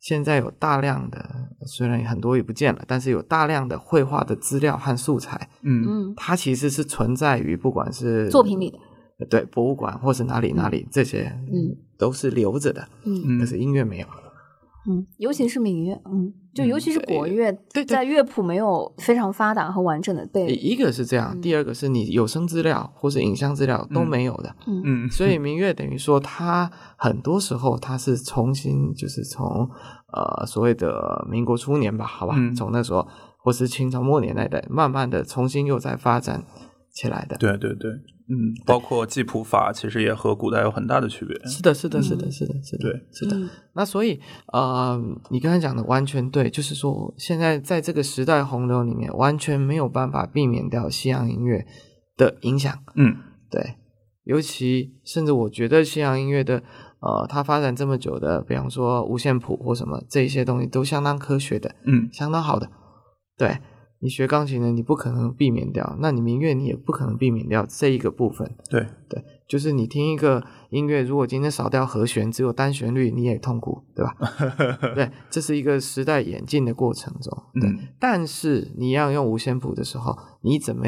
现在有大量的，虽然很多也不见了，但是有大量的绘画的资料和素材，
嗯
嗯
它其实是存在于不管是
作品里的，
对博物馆或是哪里哪里、这些，
嗯，
都是留着的，
嗯
嗯，
可是音乐没有。
嗯，尤其是民乐，嗯，就尤其是国乐，
对对
在乐谱没有非常发达和完整的被，
一一个是这样，第二个是你有声资料或是影像资料都
嗯
没有 的，
嗯
嗯
所以明月等于说它很多时候它是重新就是从呃所谓的民国初年吧，好吧，
嗯
从那时候或是清朝末年那一代，慢慢的重新又再发展起来的。
对对对，嗯，包括记谱法其实也和古代有很大的区别，
是的，是的，是的，
嗯
是的，是的，
对，
是的。
嗯
那所以，呃，你刚才讲的完全对，就是说，现在在这个时代洪流里面，完全没有办法避免掉西洋音乐的影响。
嗯
对，尤其甚至我觉得西洋音乐的，呃，它发展这么久的，比方说五线谱或什么这一些东西，都相当科学的，
嗯
相当好的。对你学钢琴的，你不可能避免掉；那你民乐，你也不可能避免掉这一个部分。
对，
对，就是你听一个音乐，如果今天少掉和弦，只有单旋律，你也痛苦，对吧？对，这是一个时代演进的过程中。对，
嗯
但是你要用五线谱的时候，你怎么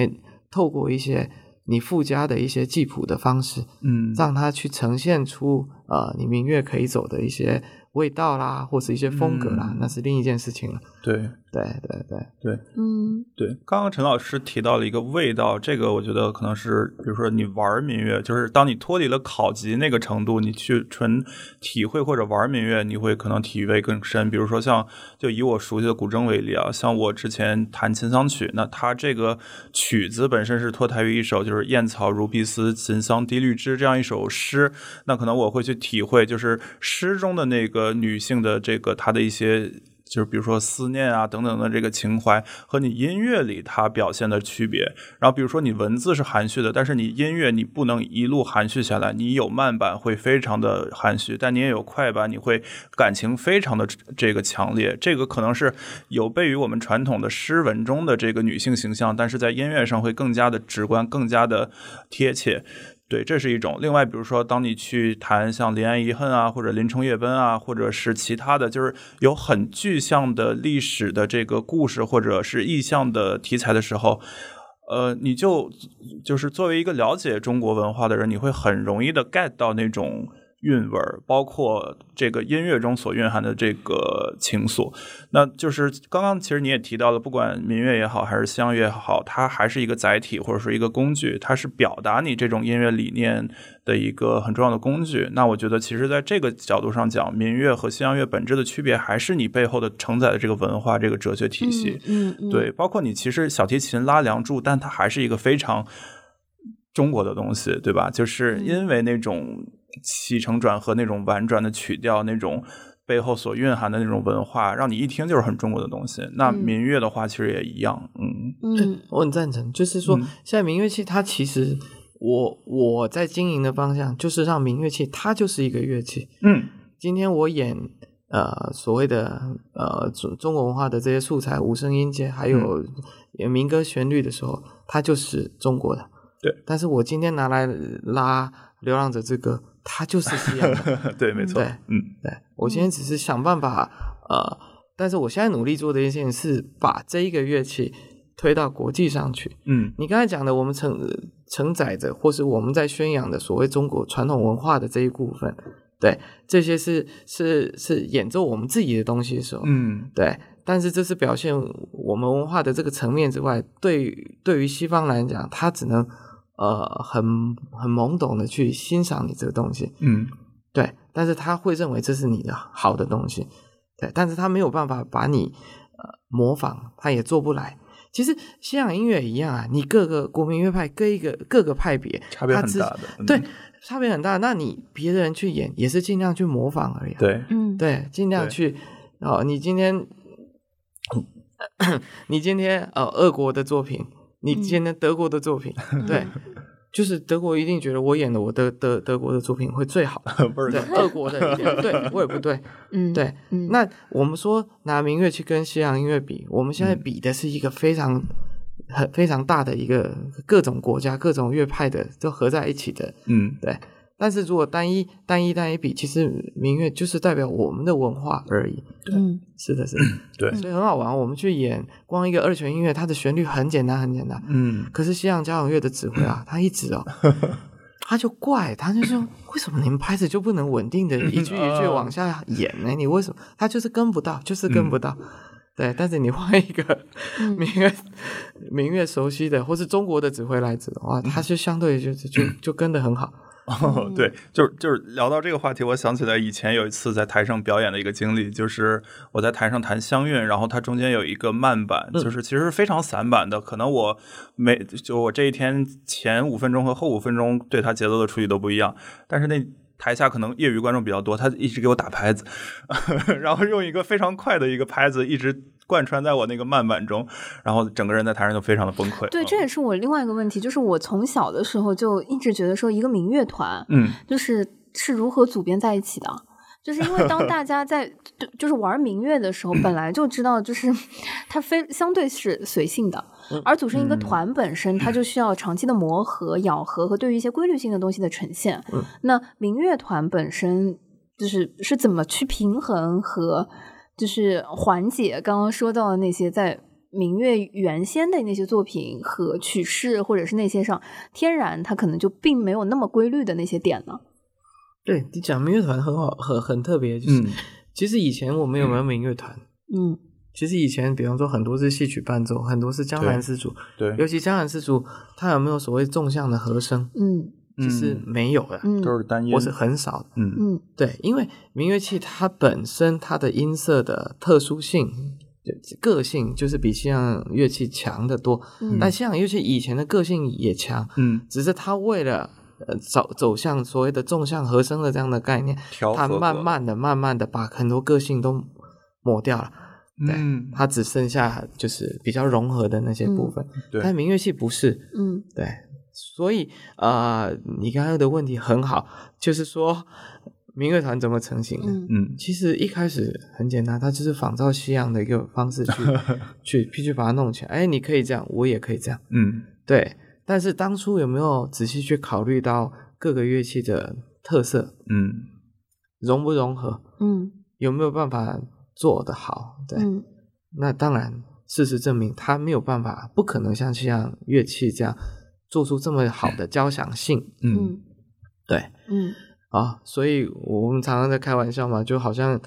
透过一些你附加的一些记谱的方式，
嗯
让它去呈现出呃你民乐可以走的一些味道啦，或是一些风格啦，
嗯
那是另一件事情了。
对。
对对对，
嗯
对，刚刚陈老师提到了一个味道，这个我觉得可能是，比如说你玩民乐，就是当你脱离了考级那个程度，你去纯体会或者玩民乐，你会可能体会更深。比如说像，就以我熟悉的古筝为例啊，像我之前弹秦桑曲，那它这个曲子本身是脱胎于一首就是“燕草如碧丝，秦桑低绿枝”这样一首诗，那可能我会去体会，就是诗中的那个女性的这个她的一些就是比如说思念啊等等的这个情怀和你音乐里它表现的区别。然后比如说你文字是含蓄的，但是你音乐你不能一路含蓄下来，你有慢板会非常的含蓄，但你也有快板，你会感情非常的这个强烈。这个可能是有悖于我们传统的诗文中的这个女性形象，但是在音乐上会更加的直观，更加的贴切。对，这是一种。另外，比如说，当你去谈像林安遗恨啊，或者林冲夜奔啊，或者是其他的，就是有很具象的历史的这个故事，或者是意象的题材的时候，呃，你就就是作为一个了解中国文化的人，你会很容易的 get 到那种韵味儿，包括这个音乐中所蕴含的这个情愫。那就是刚刚其实你也提到了，不管民乐也好，还是西洋乐也好，它还是一个载体或者说一个工具，它是表达你这种音乐理念的一个很重要的工具。那我觉得，其实在这个角度上讲，民乐和西洋乐本质的区别，还是你背后的承载的这个文化、这个哲学体系。
嗯，嗯，
对，包括你其实小提琴拉梁祝，但它还是一个非常中国的东西，对吧？就是
嗯
因为那种起承转合、那种婉转的曲调、那种背后所蕴含的那种文化，让你一听就是很中国的东西。那
嗯
民乐的话，其实也一样，嗯
嗯
我很赞成，就是说，
嗯
现在民乐器它其实我我在经营的方向就是让民乐器它就是一个乐器。
嗯
今天我演呃所谓的呃中中国文化的这些素材，无声音阶还
嗯
有民歌旋律的时候，它就是中国的。
对，
但是我今天拿来拉《流浪者之歌》，它就是西洋 的。
对，没错，
对
嗯
对我今天只是想办法，呃，但是我现在努力做的一件事，是把这一个乐器推到国际上去。
嗯
你刚才讲的，我们承呃承载着，或是我们在宣扬的所谓中国传统文化的这一部分，对，这些是是是演奏我们自己的东西的时候，
嗯
对。但是这是表现我们文化的这个层面之外，对于对于西方来讲，他只能呃很很懵懂的去欣赏你这个东西，
嗯
对，但是他会认为这是你的好的东西，对，但是他没有办法把你呃模仿，他也做不来。其实西洋音乐也一样啊，你各个国民乐派各一个各个派别，
差别
它
很
之
大的嗯
对，差别很大。那你别的人去演也是尽量去模仿而已、啊，
对，
嗯，
对，尽量
对
去哦。你今天你今天呃俄国的作品，你
嗯
今天德国的作品，
嗯
对，就是德国一定觉得我演的我德德德国的作品会最好，
味儿
对，
更
俄国的一点，对我也不对。
嗯，
对，
嗯，
那我们说拿民乐去跟西洋音乐比，我们现在比的是一个非常很非常大的一个各种国家、各种乐派的都合在一起的。
嗯
但是如果单一、单一、单一比，其实民乐就是代表我们的文化而已。
嗯
是的，是的，
对，
所以很好玩。我们去演光一个二泉音乐，它的旋律很简单，很简单。
嗯
可是西洋交响乐的指挥 啊，他一直哦，他就怪，他就 说，为什么你们拍子就不能稳定的一句一句往下演呢？你为什么？他就是跟不到，就是跟不到。对，但是你换一个
嗯
明月、明月熟悉的，或是中国的指挥来指的话，他就相对就就 就就跟得很好。
哦， 对，就是就是聊到这个话题，我想起来以前有一次在台上表演的一个经历，就是我在台上弹湘韵，然后它中间有一个慢板，
嗯
就是其实非常散板的，可能我每就我这一天前五分钟和后五分钟对它节奏的处理都不一样，但是那。台下可能业余观众比较多，他一直给我打拍子， 然后用一个非常快的一个拍子一直贯穿在我那个慢板中，然后整个人在台上就非常的崩溃。
对，这也是我另外一个问题，就是我从小的时候就一直觉得说，一个民乐团
嗯
就是是如何组编在一起的。就是因为当大家在就就是玩民乐的时候，本来就知道，就是 它非相对是随性的，而组成一个
嗯
团本身，它就需要长期的磨合、咬合和对于一些规律性的东西的呈现
嗯。
那民乐团本身就是是怎么去平衡和就是缓解刚刚说到的那些在民乐原先的那些作品和曲式或者是那些上天然它可能就并没有那么规律的那些点呢？
对你讲民乐团很好，很很特别，就是、
嗯
其实以前我们有没有民乐团？
嗯
其实以前，比方说很多是戏曲伴奏，很多是江南丝竹，
对，
尤其江南丝竹，它有没有所谓纵向的和声？
嗯
其实
嗯
没有的，
嗯，
都是单音，
或是很少的。
嗯
嗯
对，因为民乐器它本身它的音色的特殊性、就个性，就是比西洋乐器强得多。
嗯
但西洋乐器以前的个性也强，
嗯，
只是它为了。呃，走走向所谓的纵向和声的这样的概念，
调
它
和
慢
过
慢的、慢慢的把很多个性都抹掉了。对
嗯，
它只剩下就是比较融合的那些部分，
对
但民乐器不是，
嗯
对，所以呃，你刚刚的问题很好，就是说民乐团怎么成型的？
嗯
嗯
其实一开始很简单，它就是仿照西洋的一个 方式去去去去把它弄起来。哎，你可以这样，我也可以这样，
嗯
对。但是当初有没有仔细去考虑到各个乐器的特色
嗯
融不融合，
嗯
有没有办法做得好？对，
嗯
那当然，事实证明它没有办法，不可能像西洋乐器这样做出这么好的交响性。
嗯
嗯
对，
嗯
啊，所以我们常常在开玩笑嘛，就好像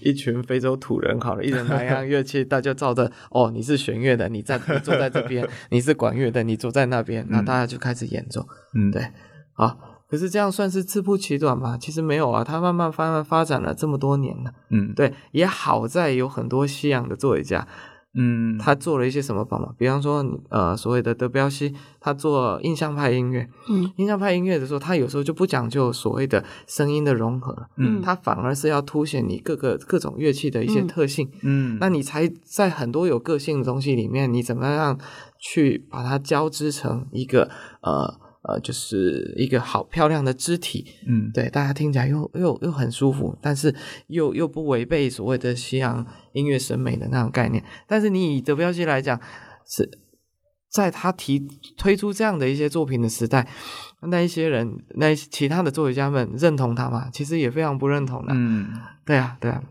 一一群非洲土人好了，一人拿一样乐器，大家照着哦，你是弦乐的，你在你坐在这边；你是管乐的，你坐在那边，那
嗯
大家就开始演奏
嗯，
对啊。可是这样算是自不其短吗？其实没有啊，它慢慢发慢发展了这么多年了。
嗯
对，也好在有很多西洋的作曲家，
嗯，
他做了一些什么帮忙，比方说呃所谓的德彪西，他做印象派音乐，
嗯
印象派音乐的时候，它有时候就不讲究所谓的声音的融合了，
嗯
它反而是要凸显你各个各种乐器的一些
嗯
特性。
嗯，
那你才在很多有个性的东西里面，你怎么样去把它交织成一个呃呃，就是一个好漂亮的肢体？
嗯
对，大家听起来又又又很舒服，但是又又不违背所谓的西洋音乐审美的那种概念。但是你以德彪西来讲，是在他提推出这样的一些作品的时代，那一些人，那一些其他的作曲家们认同他吗？其实也非常不认同的。
嗯
对啊，对啊。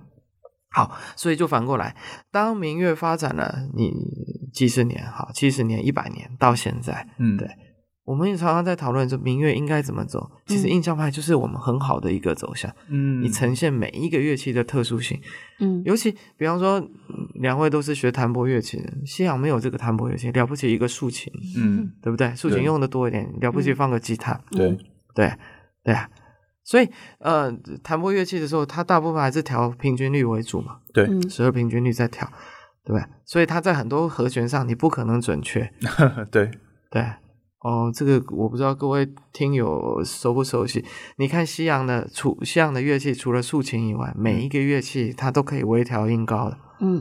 好，所以就反过来，当民乐发展了你几十年，好，七十年、一百年到现在，
嗯
对我们也常常在讨论说民乐应该怎么走。其实
嗯
印象派就是我们很好的一个走向，
嗯，
你呈现每一个乐器的特殊性。
嗯
尤其比方说，嗯两位都是学弹拨乐器的，西洋没有这个弹拨乐器，了不起一个竖琴，
嗯
对不对？竖琴
对
用的多一点，了不起
嗯
放个吉他，
对
对对啊。所以呃，弹拨乐器的时候，它大部分还是调平均律为主嘛，
对
嗯
十二平均律在调，对不对？所以它在很多和弦上你不可能准确，嗯
对，
对。哦，这个我不知道各位听友熟不熟悉。你看西洋的除西洋的乐器，除了竖琴以外，
嗯
每一个乐器它都可以微调音高的。
嗯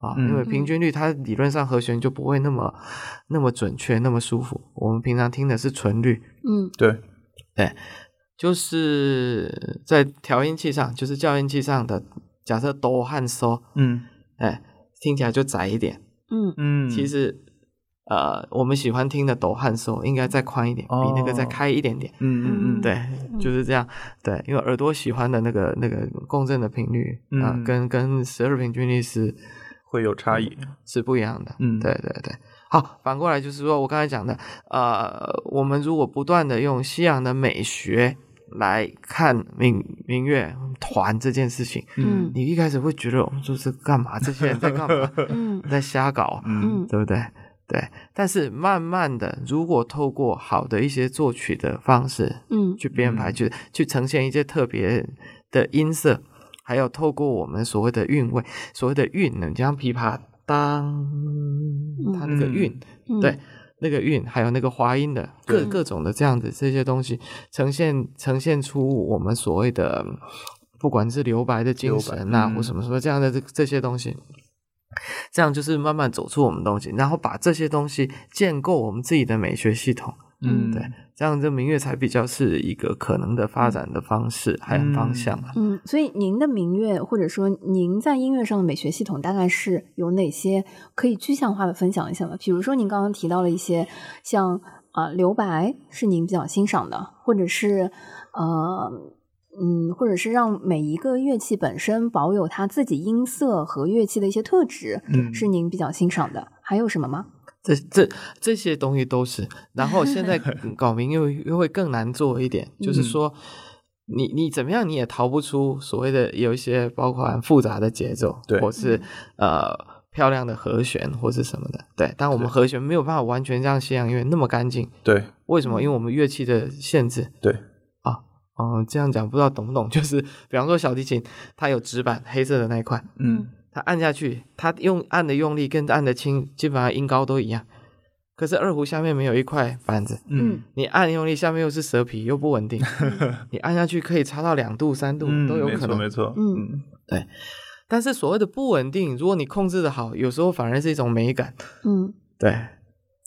啊，
嗯
因为平均律它理论上和弦就不会那么那么准确，那么舒服。我们平常听的是纯律，
嗯
对，
就是在调音器上，就是校音器上的，假设哆和嗦，
嗯
哎，听起来就窄一点。
嗯
嗯，
其实，呃，我们喜欢听的哆和嗦应该再宽一点，
哦
比那个再开一点点。
嗯嗯嗯，
对，就是这样。对，因为耳朵喜欢的那个那个共振的频率啊、
嗯
跟跟十二平均律是
会有差异，
是不一样的。
嗯
对对对。好，反过来就是说我刚才讲的，呃，我们如果不断的用西洋的美学来看民民乐团这件事情，
嗯
你一开始会觉得我们这是干嘛？这些人在干 嘛？
嗯
在瞎搞，啊
嗯
嗯
对不对？对。但是慢慢的，如果透过好的一些作曲的方式
嗯
去编排，去去呈现一些特别的音色，还有透过我们所谓的韵味，所谓的韵呢，你像琵琶当，它那个韵，
嗯
对，那个韵，还有那个滑音的各各种的这样子这些东西，呈现呈现出我们所谓的，嗯不管是留白的精神呐、
留白嗯
或什么什么这样的这这些东西。这样就是慢慢走出我们东西，然后把这些东西建构我们自己的美学系统，
嗯
对，这样这民乐才比较是一个可能的发展的方式，还有方向啊。
嗯，所以您的民乐或者说您在音乐上的美学系统大概是有哪些可以具象化的分享一下吗？比如说您刚刚提到了一些像啊、呃留白是您比较欣赏的，或者是呃嗯，或者是让每一个乐器本身保有它自己音色和乐器的一些特质，
嗯
是您比较欣赏的，还有什么吗？
这这这些东西都是。然后现 在搞民乐又会更难做一点，
嗯
就是说。你你怎么样，你也逃不出所谓的有一些包括复杂的节奏，
对嗯
或是呃漂亮的和弦或是什么的，对。但我们
对
和弦没有办法完全像西洋音乐那么干净，
对
为什么？
嗯
因为我们乐器的限制，
对，
哦，这样讲不知道懂不懂？就是比方说小提琴，它有指板黑色的那一块，
嗯
它按下去，它用按的用力跟按的轻，基本上音高都一样。可是二胡下面没有一块板子，
嗯
你按用力，下面又是蛇皮，又不稳 定，你按下去可以差到两度、三度、
嗯，
都有
没
可
错没
能。
错，
嗯
但是所谓的不稳定，如果你控制的好，有时候反而是一种美感，
嗯
对，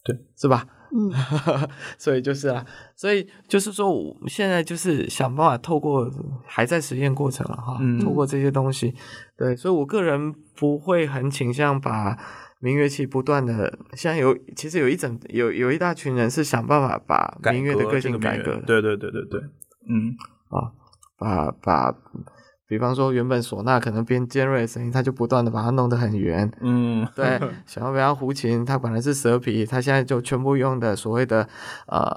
对，
是吧？
嗯
所以就是啊，所以就是说，我们现在就是想办法透过还在实验过程了哈，
嗯
透过这些东西，对，所以我个人不会很倾向把民乐器不断的，像有其实有一整有有一大群人是想办法把
改革
民乐的个
这
性
民
改
乐
革的，
对对对对对，嗯，
啊，把把，比方说原本唢呐可能编尖锐的声音，他就不断的把它弄得很圆，
嗯，
对，想要不要胡琴，它本来是蛇皮，它现在就全部用的所谓的呃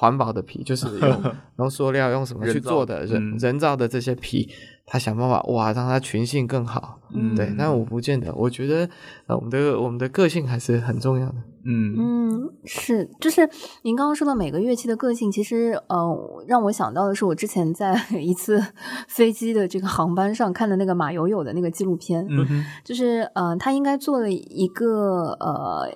环保的皮，就是用用塑料用什么去
人造
做的人
嗯
人造的这些皮，它想办法哇让它群性更好。
嗯
对，但我不见得，我觉得呃我们的我们的个性还是很重要的。
嗯
嗯，是，就是您刚刚说到每个乐器的个性，其实呃，让我想到的是我之前在 一次飞机的这个航班上看的那个马友友的那个纪录片，
嗯哼
就是呃，他应该做了一个呃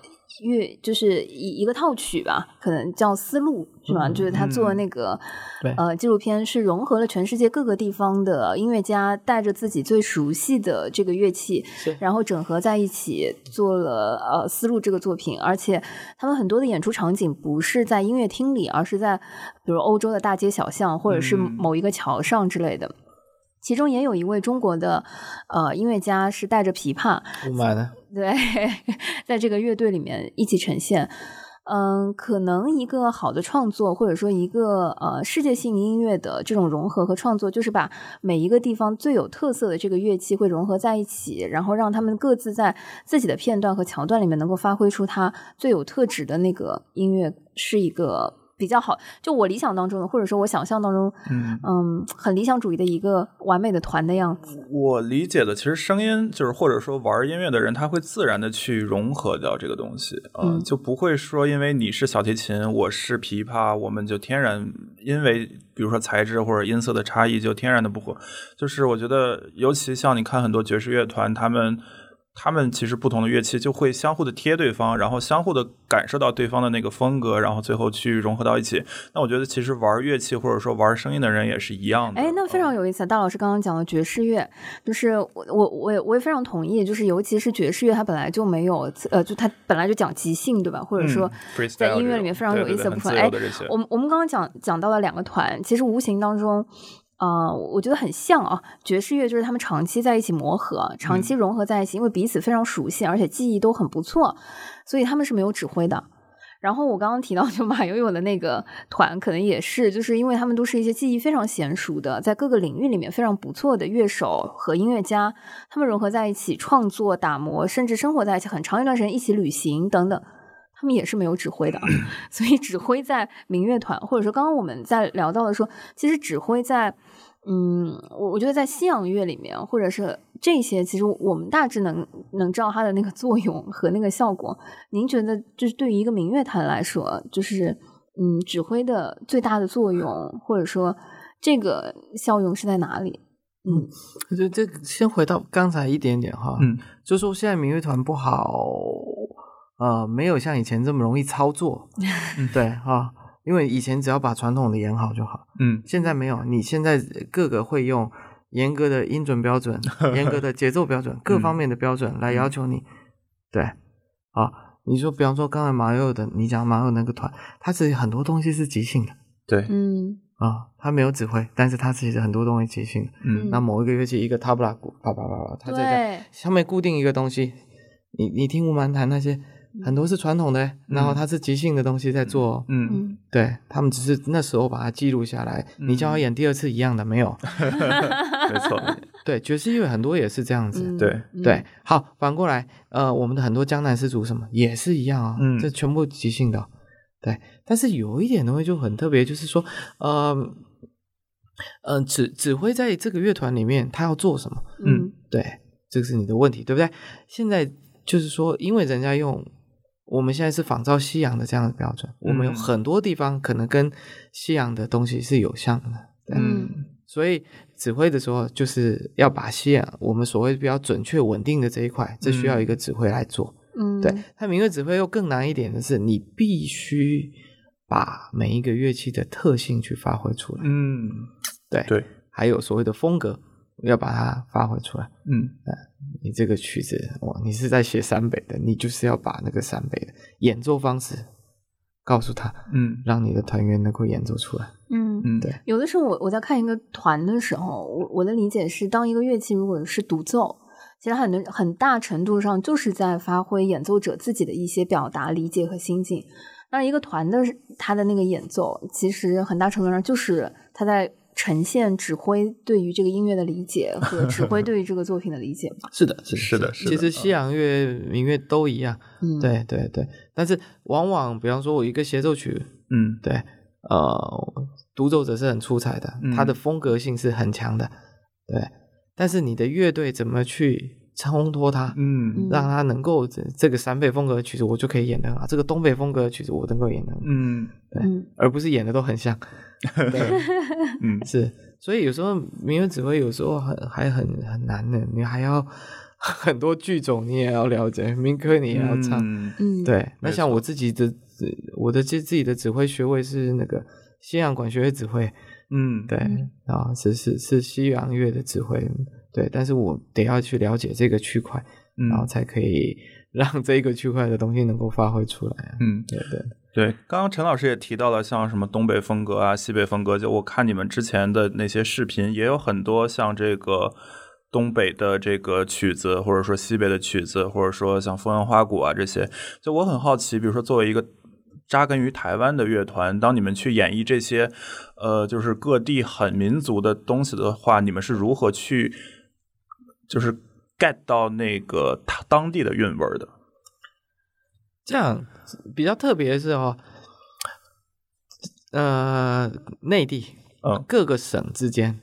乐，就是一一个套曲吧，可能叫《丝路》是吧？就是他做的那个、
对
呃纪录片，是融合了全世界各个地方的音乐家，带着自己最熟悉的这个乐器
是，
然后整合在一起做了呃《丝路》这个作品，而且他们很多的演出场景不是在音乐厅里，而是在比如欧洲的大街小巷，或者是
嗯
某一个桥上之类的。其中也有一位中国的呃音乐家是带着琵琶，
不满了，
对， 在这个乐队里面一起呈现。嗯，可能一个好的创作，或者说一个呃世界性音乐的这种融合和创作，就是把每一个地方最有特色的这个乐器会融合在一起，然后让他们各自在自己的片段和桥段里面能够发挥出它最有特质的那个音乐，是一个比较好，就我理想当中的，或者说我想象当中，
嗯。
嗯，很理想主义的一个完美的团的样子。
我理解的，其实声音就是或者说玩音乐的人，他会自然的去融合掉这个东西，呃、
嗯
就不会说因为你是小提琴，我是琵琶，我们就天然因为比如说材质或者音色的差异就天然的不合。就是我觉得，尤其像你看很多爵士乐团，他们。他们其实不同的乐器就会相互的贴对方，然后相互的感受到对方的那个风格，然后最后去融合到一起。那我觉得其实玩乐器或者说玩声音的人也是一样的。呃
哎，那非
嗯
常有意思啊。大老师刚刚讲的爵士乐，就是我我我也我也非常同意，就是尤其是爵士乐，它本来就没有呃，就它本来就讲即兴，对吧？或者说
嗯
在
freestyle
音乐
这
里面
种
非常
对
有
对
意思
对
的
很
部分。
自由
哎
的这些，
我们我们刚刚讲讲到了两个团，其实无形当中。呃，我觉得很像啊，爵士乐就是他们长期在一起磨合，长期融合在一起，因为彼此非常熟悉，而且技艺都很不错，所以他们是没有指挥的。然后我刚刚提到，就马友友的那个团，可能也是，就是因为他们都是一些技艺非常娴熟的，在各个领域里面非常不错的乐手和音乐家，他们融合在一起创作、打磨，甚至生活在一起很长一段时间，一起旅行等等。他们也是没有指挥的，所以指挥在民乐团，或者说刚刚我们在聊到的说，其实指挥在，嗯，我我觉得在西洋乐里面，或者是这些，其实我们大致能能知道它的那个作用和那个效果。您觉得，就是对于一个民乐团来说，就是嗯，指挥的最大的作用，或者说这个效用是在哪里？嗯
我觉得这个先回到刚才一点点哈，
嗯
就说现在民乐团不好，呃，没有像以前这么容易操作，对哈、因为以前只要把传统的演好就好，
嗯
现在没有，你现在各个会用严格的音准 标准、严格的节奏标准、各方面的标准
嗯
来要求你，对，啊，你说比方说刚才马友的，你讲马友那个团，它其实很多东西是即兴的
对
嗯
啊，它没有指挥，但是它其实很多东西即兴的，
嗯
那某一个乐器一个塔布拉鼓，叭叭叭叭，它在这
对，
上面固定一个东西。你你听乌蛮弹那些很多是传统的、欸然后它是即兴的东西在做哦、
嗯
嗯
对他们只是那时候把它记录下来。你叫他
嗯
演第二次一样的没有？
没错
对，爵士乐很多也是这样子。
嗯，
对
嗯
对，好，反过来，呃，我们的很多江南丝竹什么也是一样啊、
嗯
这全部即兴的哦、对，但是有一点东西就很特别，就是说，呃，嗯、指指挥在这个乐团里面他要做什么？
嗯
对，这个是你的问题，对不对？现在就是说，因为人家用我们现在是仿照西洋的这样的标准，我们有
嗯
很多地方可能跟西洋的东西是有像的，对。
嗯
所以指挥的时候，就是要把西洋我们所谓比较准确稳定的这一块，这需要一个指挥来做。
嗯，
对，它民乐指挥又更难一点的是，你必须把每一个乐器的特性去发挥出来。
嗯
对
对
还有所谓的风格。要把它发挥出来。
嗯
你这个曲子，哇，你是在写陕北的，你就是要把那个陕北的演奏方式告诉他，
嗯
让你的团员能够演奏出来。
嗯，
嗯，
对
有的时候我我在看一个团的时候，我我的理解是，当一个乐器如果是独奏，其实很多很大程度上就是在发挥演奏者自己的一些表达、理解和心境。那一个团的他的那个演奏，其实很大程度上就是他在呈现指挥对于这个音乐的理解和指挥对于这个作品的理解嘛。
是的，是
是的是
其
的
实西洋乐、民乐都一样，
嗯，，
对对对。但是往往，比方说，我一个协奏曲，
嗯
对，呃，独奏者是很出彩的，
嗯
他的风格性是很强的，对。但是你的乐队怎么去烘托它，
嗯
让它能够这这个陕北风格的曲子我就可以演得很好，这个东北风格的曲子我能够演得很好，
嗯
嗯
而不是演的都 很像。
嗯
是，所以有时候民乐指挥有时候很还很很难的，你还要 很多剧种你也要了解，民歌你也要唱。
嗯
嗯，，
对，那
没
像我自己的我的自自己的指挥学位是那个西洋管弦乐指挥，
嗯
对，
嗯
然后是是是西洋乐的指挥，对，但是我得要去了解这个区块，
嗯
然后才可以让这个区块的东西能够发挥出来。啊
嗯，
对对，
对，刚刚陈老师也提到了，像什么东北风格啊、西北风格，就我看你们之前的那些视频，也有很多像这个东北的这个曲子，或者说西北的曲子，或者说像风扬花鼓啊这些。就我很好奇，比如说作为一个扎根于台湾的乐团，当你们去演绎这些呃，就是各地很民族的东西的话，你们是如何去就是 get 到那个他当地的韵味儿的？
这样比较特别的是哦，呃，内地
嗯
各个省之间，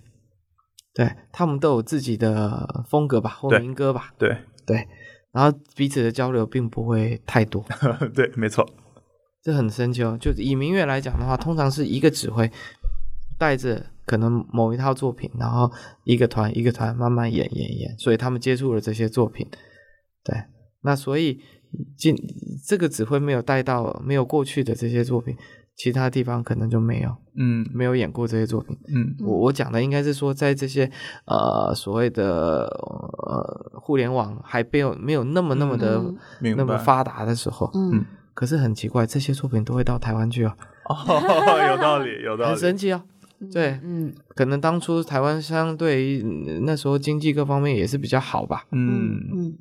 对他们都有自己的风格吧，或
对
民歌吧，
对，
对，然后彼此的交流并不会太多，
对，没错。
这很神奇哦。就以民乐来讲的话，通常是一个指挥带着可能某一套作品，然后一个团一个团慢慢演演演，所以他们接触了这些作品。对，那所以进这个指挥没有带到没有过去的这些作品，其他地方可能就没有
嗯
没有演过这些作品。
嗯
我我讲的应该是说，在这些呃所谓的呃互联网还没有没有那么那么的、
嗯
明
那么
白
发达的时候，
嗯
可是很奇怪，这些作品都会到台湾去哦，
哦，有道理，有道
很
理。
神奇哦。对，
嗯
可能当初台湾相对于嗯那时候经济各方面也是比较好吧，
嗯
嗯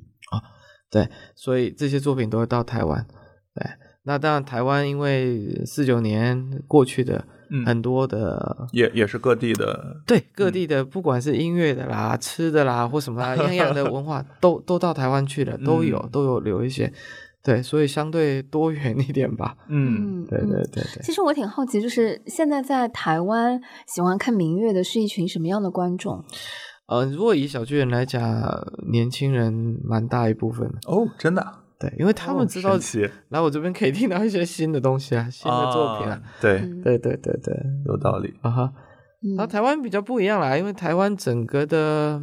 所以这些作品都会到台湾。对，那当然台湾因为四九年过去的
嗯
很多的
也也是各地的，
对，各地的不管是音乐的啦、
嗯
吃的啦或什 么啦，样样的文化都都到台湾去了，都有、
嗯
都有留一些。对，所以相对多元一点吧。
嗯
嗯，
对对对对，
其实我挺好奇，就是现在在台湾喜欢看民乐的是一群什么样的观众？
呃，如果以小巨人来讲，年轻人蛮大一部分的，
哦，真的啊
对，因为他们知道、
神奇
来我这边可以听到一些新的东西啊，新的作品啊，
啊对，
嗯
对对对对，
有道理。
啊哈。
嗯
然后台湾比较不一样啦，因为台湾整个的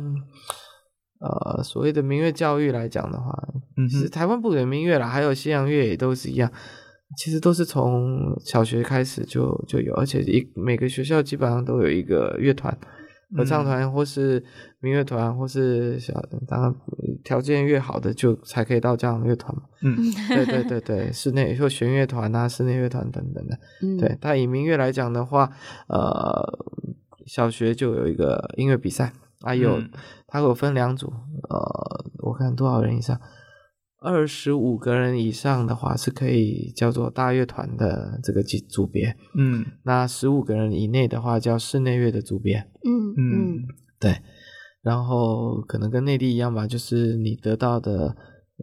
呃所谓的民乐教育来讲的话，
嗯
其实
哼，
台湾不止民乐啦，还有西洋乐也都是一样，其实都是从小学开始就就有，而且一每个学校基本上都有一个乐团。合
嗯
唱团或是民乐团，或是小，当然条件越好的就才可以到这样的乐团嘛。
嗯
对对对对，室内或弦乐团啊，室内乐团等等的。
嗯
对，但以民乐来讲的话，呃，小学就有一个音乐比赛，啊有，
嗯
它有分两组，呃，我看多少人以上，二十五个人以上的话是可以叫做大乐团的这个级组别，
嗯
那十五个人以内的话叫室内乐的组别，
嗯嗯
嗯
对，然后可能跟内地一样吧，就是你得到的。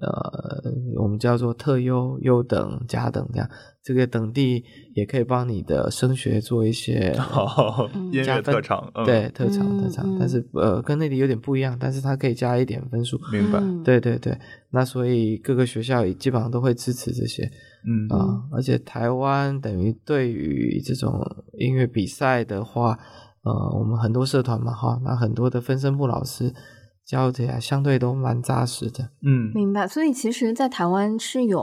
呃，我们叫做特优、优等、甲等这样，这个等地也可以帮你的升学做一些
好，
嗯
哦音
加
乐
分
特长，嗯
对，，特长
嗯
特长，
嗯
但是呃，跟内地有点不一样，但是它可以加一点分数。
明白，
嗯
对对对，那所以各个学校也基本上都会支持这些
嗯
啊、而且台湾等于对于这种音乐比赛的话，呃，我们很多社团嘛哈，那很多的分身部老师教的呀，相对都蛮扎实的。
嗯
明白。所以其实，在台湾是有，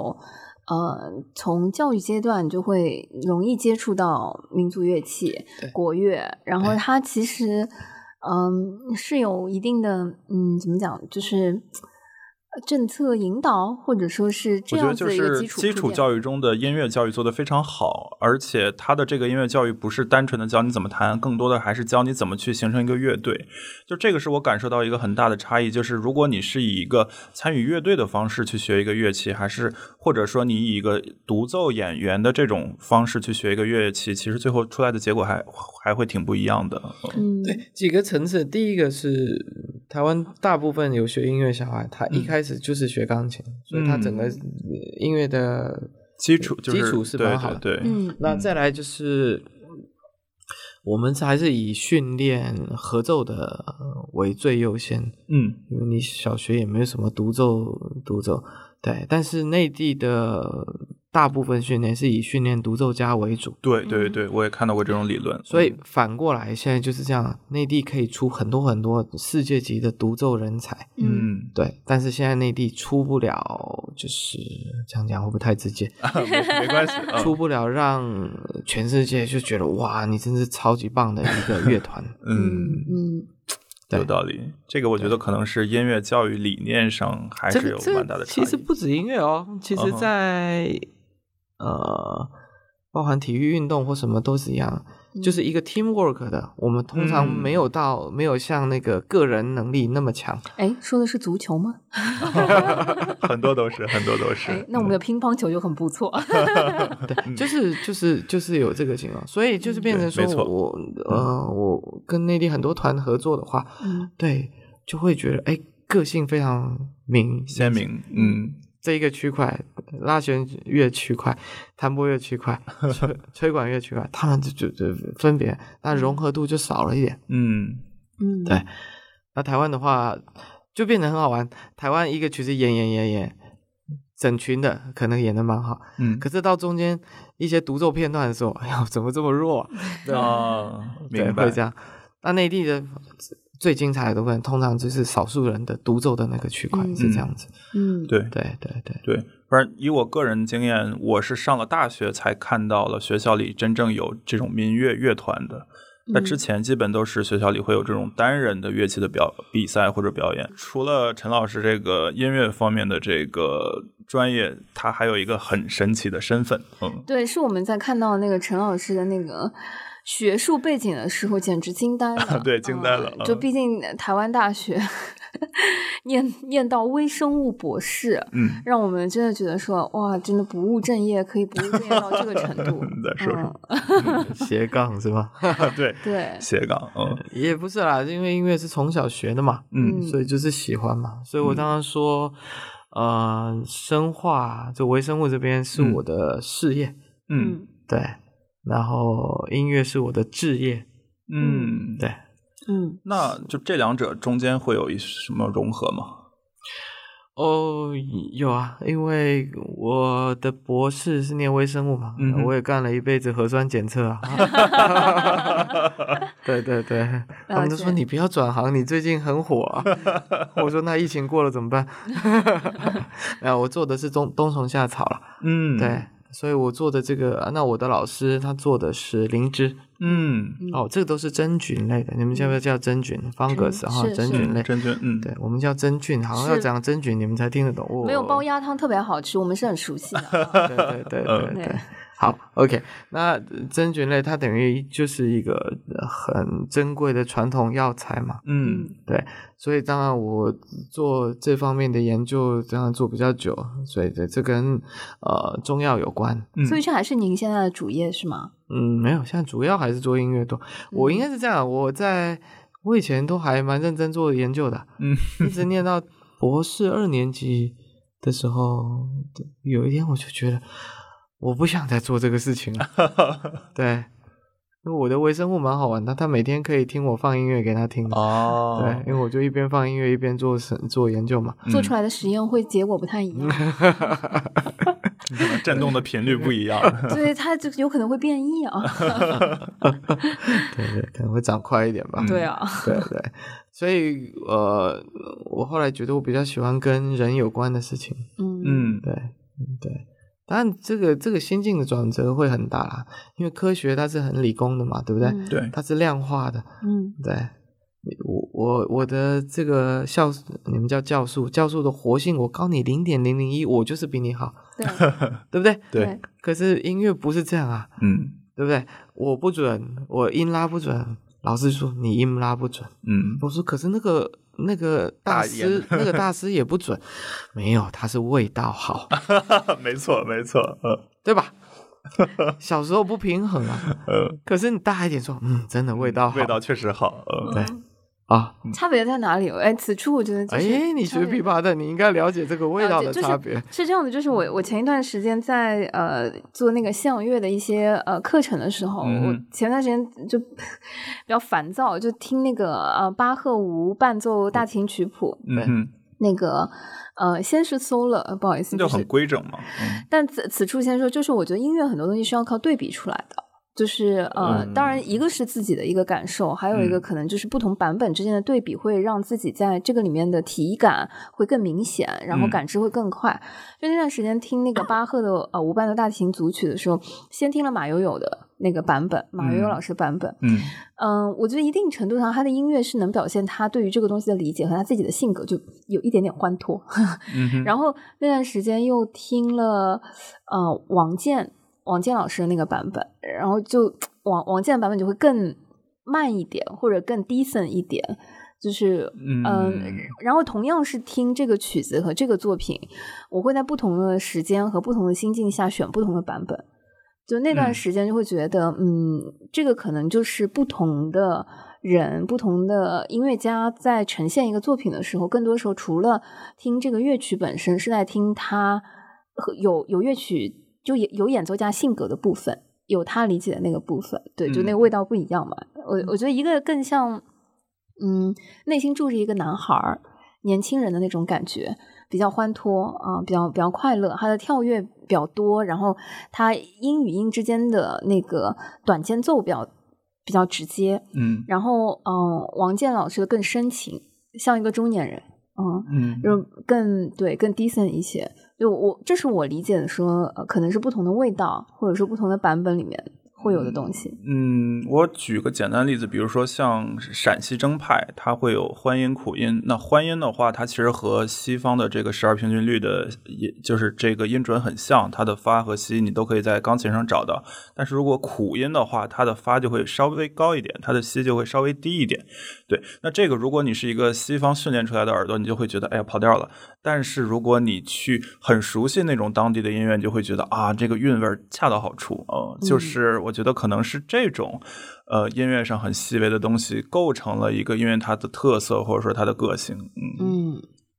呃，从教育阶段就会
哎
容易接触到民族乐器、国乐，然后它其实嗯，是有一定的，嗯，怎么讲，就是呃政策引导，或者说是这
我觉得
样
就
子的一个
是
基础
基
铺
础
垫
教育中的音乐教育做得非常好，而且它的这个音乐教育不是单纯的教你怎么弹，更多的还是教你怎么去形成一个乐队。就这个是我感受到一个很大的差异，就是如果你是以一个参与乐队的方式去学一个乐器，还是或者说你以一个独奏演员的这种方式去学一个乐器，其实最后出来的结果还还会挺不一样的。
嗯，
对，几个层次。第一个是嗯台湾大部分有学音乐小孩，他一开始就是学钢琴，所以他整个
嗯
呃音乐的
基础就是
基础是
对
蛮好
对
的
对，
嗯
那再来就是，我们还是以训练合奏的呃为最优先，
嗯
因为你小学也没有什么独奏，独奏对，但是内地的大部分训练是以训练独奏家为主，
对对对，
嗯
我也看到过这种理论，
所以反过来现在就是这样，内地可以出很多很多世界级的独奏人才，
嗯，
嗯，
对，但是现在内地出不了，就是这样讲会不会太直接？
没没关 系，嗯
出不了让全世界就觉得哇，你真是超级棒的一个乐团。
嗯。
嗯
对
有道理，这个我觉得可能是音乐教育理念上还
这
是
个
有
这
蛮大的
个
差
其
异。
实不止音乐哦，其实
嗯哼
在、呃，包含体育运动或什么都是一样，
嗯
就是一个 teamwork 的。我们通常
嗯
没有到、没有像那个个人能力那么强。
哎，说的是足球吗？
很多都是，很多都是嗯
哎。，那我们的乒乓球就很不错。
对， 就是就是就是有这个情况，所以就是变成
嗯对没
说
错嗯
我呃我跟内地很多团合作的话，
嗯
对，就会觉得哎个性非常明
鲜明，嗯，
这一个区块，拉弦乐区块、弹拨乐区块、吹吹管乐区块，他们就就就分别，那融合度就少了一点。
嗯，
嗯，
对那台湾的话，就变得很好玩。台湾一个曲子演演演演，整群的可能演的蛮好，
嗯，
可是到中间一些独奏片段的时候，哎呦，怎么这么弱、啊？
啊，
对，
明
会
白
这，样。那内地的最精彩的部分，通常就是少数人的独奏的那个区块、
嗯
是这样子。
嗯，
对
对对对，
对。不然，以我个人经验，我是上了大学才看到了学校里真正有这种民乐乐团的。
嗯
那
嗯
之前基本都是学校里会有这种单人的乐器的表比赛或者表演。除了陈老师这个音乐方面的这个专业，他还有一个很神奇的身份，嗯，
对，是我们在看到那个陈老师的那个学术背景的时候，简直惊呆了。
对惊呆了
嗯就
嗯
毕竟台湾大学念念到微生物博士，
嗯，。
让我们真的觉得说，哇，真的不务正业，可以不务正业到这个程度
再说说
嗯、
斜杠是吧？
对，
对，
斜杠，嗯
也不是啦，因为音乐是从小学的嘛，
嗯
嗯
所以就是喜欢嘛。所以我当然说，呃，生化就微生物这边是我的事业，
嗯
对，然后音乐是我的置业，
嗯，
对。
嗯
那就这两者中间会有一什么融合吗？
哦，有啊，因为我的博士是念微生物嘛，
嗯哼
我也干了一辈子核酸检测啊。对对对，他们都说
解
你不要转行，你最近很火、啊。我说那疫情过了怎么办？ 啊，我做的是冬冬虫夏草了，
嗯，
对，，所以我做的这个，啊那我的老师他做的是灵芝，
嗯，
哦，这个都是真菌类的，你们叫不叫真菌？方格子哈，
是
真
是
菌类，
真菌，嗯，
对，我们叫真菌，好像要
是
讲真菌，你们才听得懂。哦
没有煲鸭汤特别好吃，我们是很熟悉 的。
对对对对
嗯
对
对。
好，OK，那呃真菌类它等于就是一个呃很珍贵的传统药材嘛，
嗯
所以当然我做这方面的研究，当然做比较久，所以这这跟呃中药有关。
嗯，
所以这还是您现在的主业是吗？
嗯，没有，现在主要还是做音乐多。我应
嗯
该是这样，我在我以前都还蛮认真做研究的，
嗯，
一直念到博士二年级的时候，有一天我就觉得我不想再做这个事情了。 对，因为我的微生物蛮好玩的，他每天可以听我放音乐给他听的。
哦，
对，因为我就一边放音乐一边做实做研究
嗯
嘛。
做出来的实验会结果不太一样，
可能嗯震动的频率不一样，
所以它就有可能会变异啊。
对对，可能会长快一点 吧。
对啊，
对对，所以呃，我后来觉得我比较喜欢跟人有关的事情。
嗯
嗯，
对，嗯对。当然，这个这个心境的转折会很大啦，因为科学它是很理工的嘛，对不对？
嗯
对，
它是量化的，
嗯
对。我我我的这个酵素，你们叫酵素，酵素的活性，我高你零点零零一，我就是比你好，
对
对不对？
对，
可是音乐不是这样啊，
嗯
对不对？我不准，我音拉不准，老师说你音拉不准，
嗯
我说可是那个那个大
大雁
师那个大师也不准，没有，他是味道好，
没错没错，呃
对吧？小时候不平衡啊，
呃，
可是你大一点说，嗯，真的味道好，
味道确实好，呃，
对啊，
嗯差别在哪里？哎，此处我觉得就是
哎，你
差
学
别
琵琶的，你应该了解这个味道的差别。
呃就就是。是这样的，就是我我前一段时间在呃做那个西洋乐的一些呃课程的时候，
嗯哼
我前段时间就 比较烦躁，就听那个呃巴赫五伴奏大提琴曲谱，
嗯哼，
那个呃先是 solo，呃不好意思，
那就是很规整嘛，嗯
但此此处先说，就是我觉得音乐很多东西是要靠对比出来的。就是呃，
嗯
当然一个是自己的一个感受，还有一个
嗯
可能就是不同版本之间的对比，会让自己在这个里面的体感会更明显，然后
嗯
感知会更快。就那段时间听那个巴赫的呃无伴奏大提琴组曲的时候，先听了马友友的那个版本，马友友
嗯
老师版本，
嗯
嗯，我觉得一定程度上，他的音乐是能表现他对于这个东西的理解和他自己的性格，就有一点点欢脱。
嗯哼，
然后那段时间又听了呃王健王健老师的那个版本，然后就王王健的版本就会更慢一点，或者更 decent 一点，就是
嗯
呃然后同样是听这个曲子和这个作品，我会在不同的时间和不同的心境下选不同的版本。就那段
嗯
时间就会觉得，嗯这个可能就是不同的人、不同的音乐家在呈现一个作品的时候，更多时候除了听这个乐曲本身，是在听它和有有乐曲就有有演奏家性格的部分，有他理解的那个部分，对，就那个
嗯
味道不一样嘛。我我觉得一个更像，嗯，内心住着一个男孩儿，年轻人的那种感觉，比较欢脱啊、比较比较快乐，他的跳跃比较多，然后他音与音之间的那个短间奏比较比较直接，
嗯
然后嗯、呃王健老师的更深情，像一个中年人，嗯，
嗯
就更对更 decent 一些。就我这是我理解的说，呃，可能是不同的味道，或者说不同的版本里面会有的东西。
嗯，我举个简单例子，比如说像陕西征派，它会有欢音、苦音。那欢音的话，它其实和西方的这个十二平均律的，也就是这个音准很像，它的发和西你都可以在钢琴上找到。但是如果苦音的话，它的发就会稍微高一点，它的西就会稍微低一点。对，那这个如果你是一个西方训练出来的耳朵，你就会觉得哎呀跑调了。但是如果你去很熟悉那种当地的音乐，你就会觉得啊，这个韵味儿恰到好处。呃，
嗯
就是我觉得可能是这种，呃，音乐上很细微的东西构成了一个音乐它的特色或者说它的个性。嗯
嗯，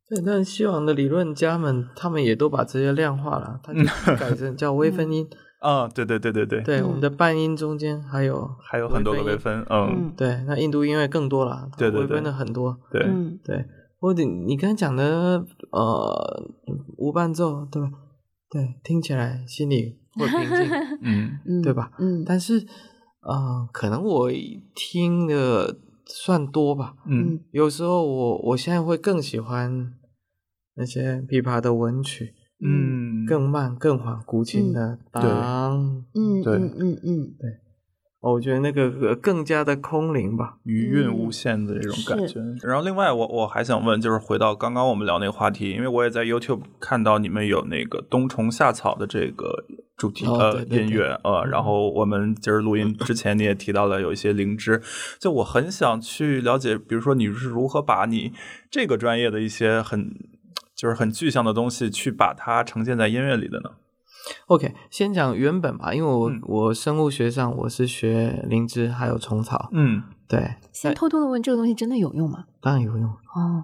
对，但西洋的理论家们，他们也都把这些量化了，他就改成叫微分音。
啊，对对对对对，
对，
嗯
我们的半音中间还有
还有很多个微
微
分。
分
嗯，
嗯
对，那印度音乐更多了，它
对对对
微分的很多。
对，
嗯
对，或者你刚才讲的呃无伴奏，对吧？对，听起来心里会 平静，
嗯
嗯，
对吧？
嗯，
但是呃，可能我听的算多吧，
嗯
嗯
有时候我我现在会更喜欢那些琵琶的文曲，
嗯
嗯，
更慢、更缓，古琴的当、
嗯
对
嗯嗯嗯，
哦，我觉得那个呃更加的空灵吧。
余
嗯
韵无限的这种感觉。然后另外我我还想问，就是回到刚刚我们聊那个话题，因为我也在 YouTube 看到你们有那个冬虫夏草的这个主题、
哦
呃
对对对
音乐呃，然后我们今儿录 音之前你也提到了有一些灵芝，就我很想去了解，比如说你是如何把你这个专业的一些很。就是很具象的东西，去把它呈现在音乐里的呢？
OK，先讲原本吧，因为我、
嗯
我生物学上我是学灵芝还有虫草，
嗯，
对，
先偷偷的问，这个东西真的有用吗？
当然 有用。
哦，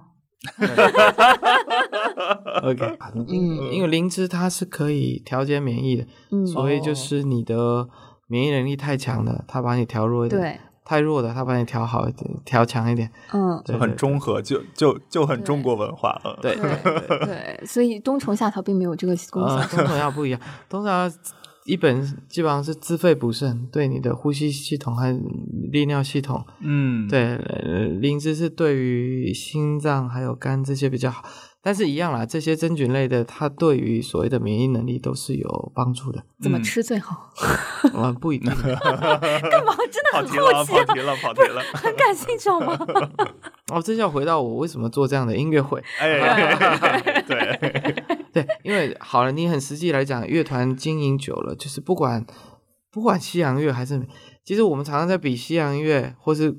OK，
嗯
因为灵芝它是可以调节免疫的，
嗯，
所
哦
以就是你的免疫能力太强的，它把你调弱一点；
对，
太弱的，它把你调好一点，调强一点。
嗯，
就
对对
很中和，就就就很
对
中国文化。嗯
对
对
对，
对，所以冬虫夏草并没有这个功效
呃，。中草药不一样，中草药一本基本上是自费补肾，对你的呼吸系统和利尿系统，
嗯，
对，呃灵芝是对于心脏还有肝这些比较好。但是一样啦，这些真菌类的，它对于所谓的免疫能力都是有帮助的。
怎么
嗯
吃最好？
啊，不一定。
干嘛？真的
跑
很
题了，
好奇、啊，
跑题了，跑题了，
很感兴趣好吗？
哦，这就要回到我为什么做这样的音乐会。
哎，对，
对，因为好了，你很实际来讲，乐团经营久了，就是不管不管西洋乐还是，其实我们常常在比西洋乐或是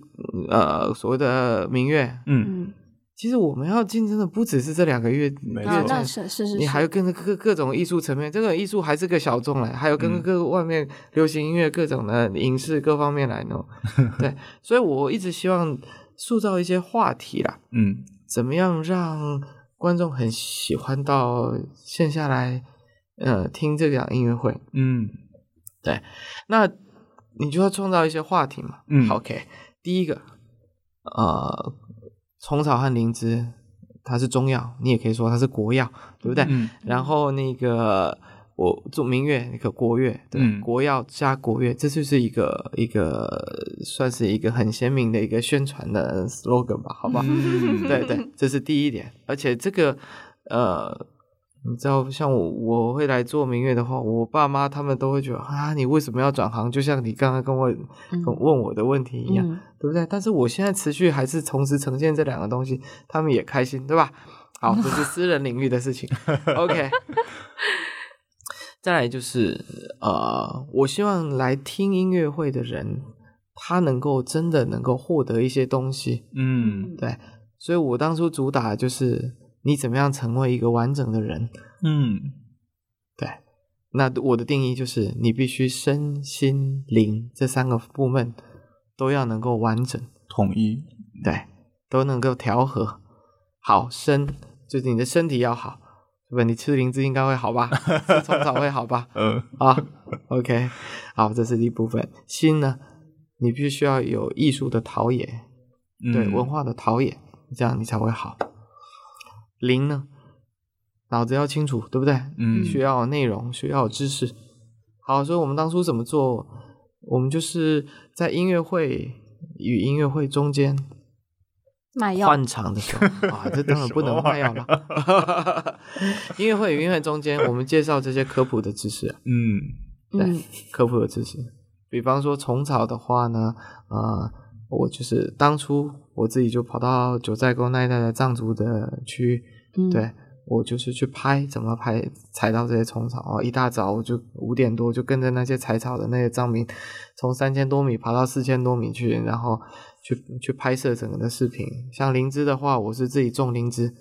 呃所谓的民乐，
嗯，
嗯，
其实我们要竞争的不只是这两个乐
没错
乐
那啊那
种。
是是是，
你
是
还有跟各各种艺术层面，这个艺术还是个小众来，还
嗯
有跟各外面流行音乐、各种的影视各方面来 弄，对，所以我一直希望塑造一些话题啦，
嗯，
怎么样让观众很喜欢到线下来，呃，听这场音乐会？
嗯，
那你就要创造一些话题嘛。
嗯
好，OK，第一个，呃，虫草和灵芝，它是中药，你也可以说它是国药，对不对？
嗯，
然后那个我做民乐，那个国乐，对，
嗯
国药加国乐，这就是一个一个算是一个很鲜明的一个宣传的 slogan 吧，好吧？
嗯
对对，这是第一点。而且这个，呃，你知道，像我我会来做民乐的话，我爸妈他们都会觉得啊，你为什么要转行？就像你刚刚跟我
嗯
跟问我的问题一样，
嗯
对不对？但是我现在持续还是同时呈现这两个东西，他们也开心，对吧？好，这 是私人领域的事情。OK，再来就是呃，我希望来听音乐会的人，他能够真的能够获得一些东西。
嗯
对，所以我当初主打就是你怎么样成为一个完整的人。
嗯，
对，那我的定义就是你必须身心灵这三个部分都要能够完整，
统一，
对，都能够调和。好，身就是你的身体要好，对吧？你吃灵芝应该会好吧？吃虫草会好吧？
呃，
啊，OK，好，这是第一部分。心呢，你必须要有艺术的陶冶，
嗯
对文，化的陶冶，这样你才会好。灵呢，脑子要清楚，对不对？
嗯
需要有内容，需要有知识。好，所以我们当初怎么做？我们就是在音乐会与音乐会中间
卖药，
换场的时候啊，这当然不能卖药了。音乐会与音乐会中间，我们介绍这些科普的知识啊，
嗯
嗯
对，科普的知识。比方说虫草的话呢，呃，我就是当初我自己就跑到九寨沟那一带的藏族的区域，
嗯，
对我就是去拍怎么拍采到这些虫草啊！一大早我就五点多就跟着那些采草的那些藏民，从三千多米爬到四千多米去，然后去去拍摄整个的视频。像灵芝的话，我是自己种灵芝，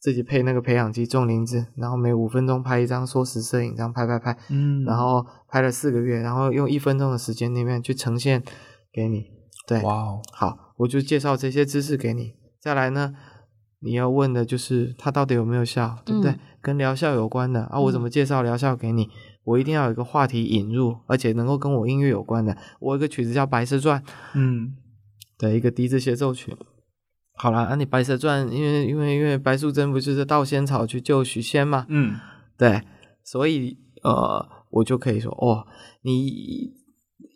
自己配那个培养基种灵芝，然后每五分钟拍一张缩时摄影，这样拍拍拍，
嗯
然后拍了四个月，然后用一分钟的时间里面去呈现给你。对，
哇哦，
好，我就介绍这些知识给你。再来呢，你要问的就是它到底有没有效，对不对？
嗯
跟疗效有关的啊，我怎
嗯
么介绍疗效给你？我一定要有一个话题引入，而且能够跟我音乐有关的。我有一个曲子叫《白蛇传》
嗯
的一个笛子协奏曲。好啦，啊，你《白蛇传》，因为因为因为白素贞不就是到仙草去救许仙嘛？
嗯
对，所以呃，我就可以说，哦，你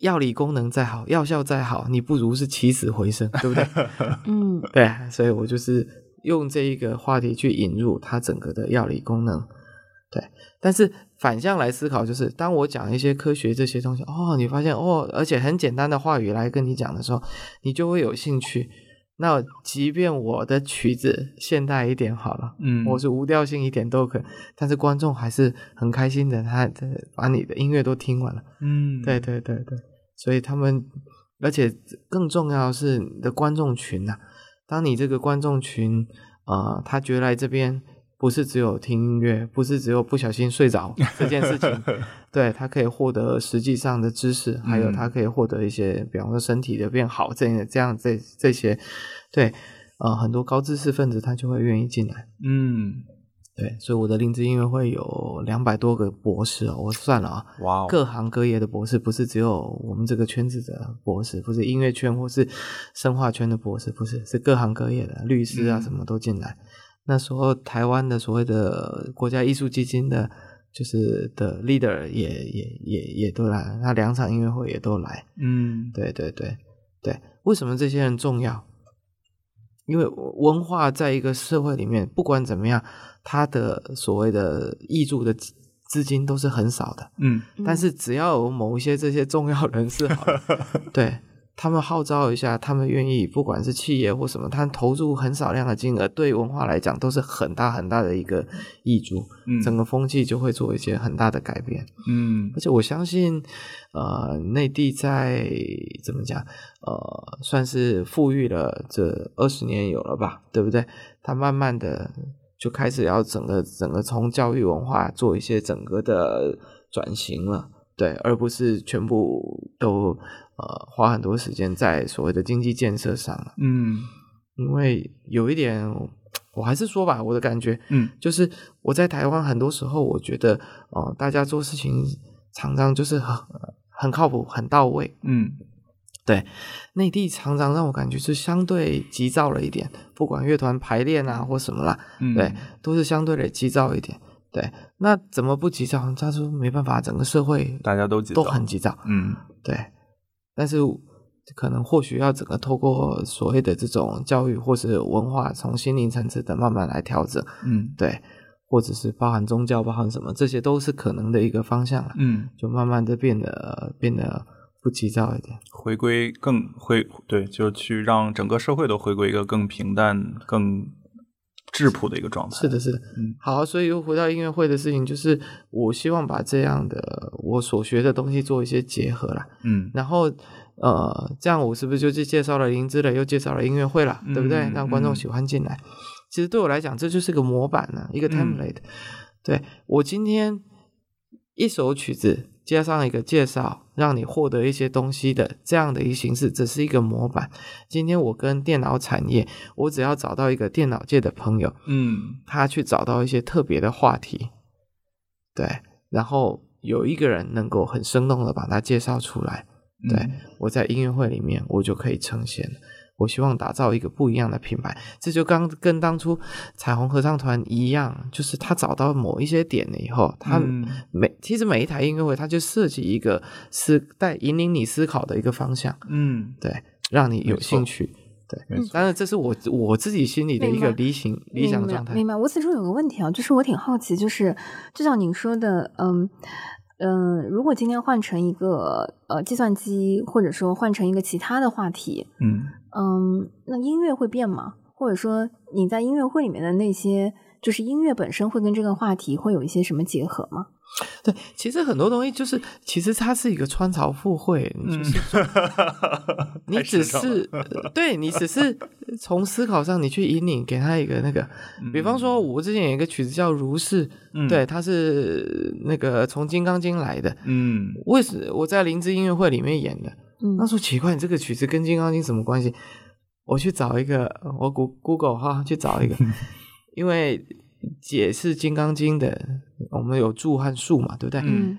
药理功能再好，药效再好，你不如是起死回生，对不对？
嗯
对，所以我就是用这一个话题去引入它整个的药理功能。对，但是反向来思考，就是当我讲一些科学这些东西，哦，你发现哦，而且很简单的话语来跟你讲的时候，你就会有兴趣。那即便我的曲子现代一点好了，
嗯，
我是无调性一点都可以，但是观众还是很开心的，他他把你的音乐都听完了。
嗯，
对，对对对，所以他们，而且更重要的是你的观众群呐、当你这个观众群，呃，他觉得来这边不是只有听音乐，不是只有不小心 睡着这件事情，对他可以获得实际上的知识，还有
嗯
他可以获得一些，比方说身体的变好这样这样这这些，对，呃，很多高知识分子他就会愿意进来。
嗯，
对，所以我的灵芝音乐会有两百多个博士哦，我算了啊，
哇哦，
各行各业的博士，不是只有我们这个圈子的博士，不是音乐圈或是生化圈的博士，不是，是各行各业的律师啊，
嗯
什么都进来。那时候台湾的所谓的国家艺术基金的，就是的 leader 也也也也都来，那两场音乐会也都来。
嗯
对对对对，为什么这些人重要？因为文化在一个社会里面，不管怎么样，它的所谓的挹注的资资金都是很少的。
嗯
但是只要有某一些这些重要人 士好了对他们号召一下，他们愿意，不管是企业或什么，他们投入很少量的金额，对文化来讲都是很大很大的一个益助，
嗯
整个风气就会做一些很大的改变。
嗯
而且我相信，呃，内地在怎么讲，呃，算是富裕了这二十年有了吧，对不对？它慢慢的就开始要整个整个从教育文化做一些整个的转型了，对，而不是全部都呃花很多时间在所谓的经济建设上了，
嗯
因为有一点，我还是说吧，我的感觉，
嗯
就是我在台湾很多时候，我觉得哦、呃大家做事情常常就是很很靠谱、很到位。
嗯
内地常常让我感觉是相对急躁了一点，不管乐团排练啊或什么啦，
嗯，
对，都是相对的急躁一点。对，那怎么不急躁？他说没办法，整个社会
大家都急躁
都很急躁。
嗯
对，但是可能或许要整个透过所谓的这种教育或是文化，从心灵层次的慢慢来调整。
嗯
对，或者是包含宗教，包含什么，这些都是可能的一个方向了。
嗯，
就慢慢的变得变得不急躁一点。
回归更回对，就去让整个社会都回归一个更平淡、更质朴的一个状态。
是的，，是的。
嗯
好，啊所以又回到音乐会的事情，就是我希望把这样的我所学的东西做一些结合啦。
嗯
然后，呃，这样我是不是就介介绍了林芝了，又介绍了音乐会了，对不对
嗯？
让观众
嗯
喜欢进来。其实对我来讲，这就是个模板呢、一个
嗯
template。对我今天一首曲子加上一个介绍，让你获得一些东西的这样的一个形式，只是一个模板。今天我跟电脑产业，我只要找到一个电脑界的朋友，
嗯
他去找到一些特别的话题，对，然后有一个人能够很生动的把它介绍出来，对、
嗯
我在音乐会里面我就可以呈现了。我希望打造一个不一样的品牌，这就刚跟当初彩虹合唱团一样，就是他找到某一些点了以后，他
嗯
每、其实每一台音乐会，他就设计一个思带引领你思考的一个方向，
嗯
对，让你
没
有
错
兴趣，
没
对
错。
当然，这是我我自己心里的一
明白
个理想理想状态。
明白。明白。我此处有个问题啊，就是我挺好奇，就是就像您说的，嗯。嗯，如果今天换成一个呃计算机，或者说换成一个其他的话题，
嗯
嗯，那音乐会变吗？或者说你在音乐会里面的那些，就是音乐本身会跟这个话题会有一些什么结合吗？
对，其实很多东西就是，其实它是一个穿槽附会，你
嗯
就是说、你只是呃对你只是从思考上你去引领给他一个那个，比方说，我之前有一个曲子叫《如是》，
嗯
对，它是那个从《金刚经》来的，
嗯
为什我在灵芝音乐会里面演的，
嗯
那，说奇怪，你这个曲子跟《金刚经》什么关系？我去找一个，我 Go Google 哈去找一个，因为解释《金刚经》的，我们有注和述嘛，对不对？
嗯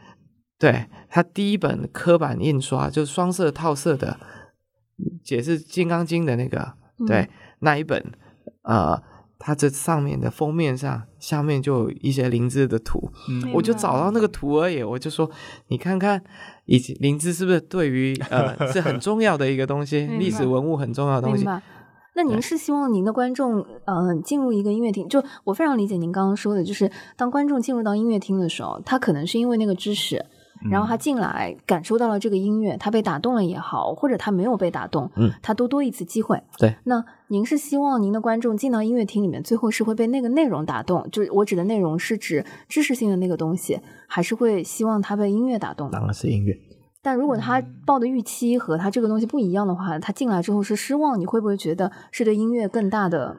对，它第一本刻板印刷就是双色套色的解释《金刚经》的那个，对、
嗯
那一本，呃，它这上面的封面上下面就有一些灵芝的图，
嗯
明
我就
白
找到那个图而已，我就说，你看看，以及灵芝是不是对于呃 是很重要的一个东西，
明
历
白
史文物很重要的东
明
西。
白。那您是希望您的观众，嗯、进入一个音乐厅，就我非常理解您刚刚说的，就是当观众进入到音乐厅的时候，他可能是因为那个知识，然
嗯
后他进来感受到了这个音乐，他被打动了也好，或者他没有被打动，
嗯，
他多多一次机会。
对，
那您是希望您的观众进到音乐厅里面，最后是会被那个内容打动？就是我指的内容是指知识性的那个东西，还是会希望他被音乐打动？
当然是音乐，
但如果他
嗯
报的预期和他这个东西不一样的话，他进来之后是失望，你会不会觉得是对音乐更大的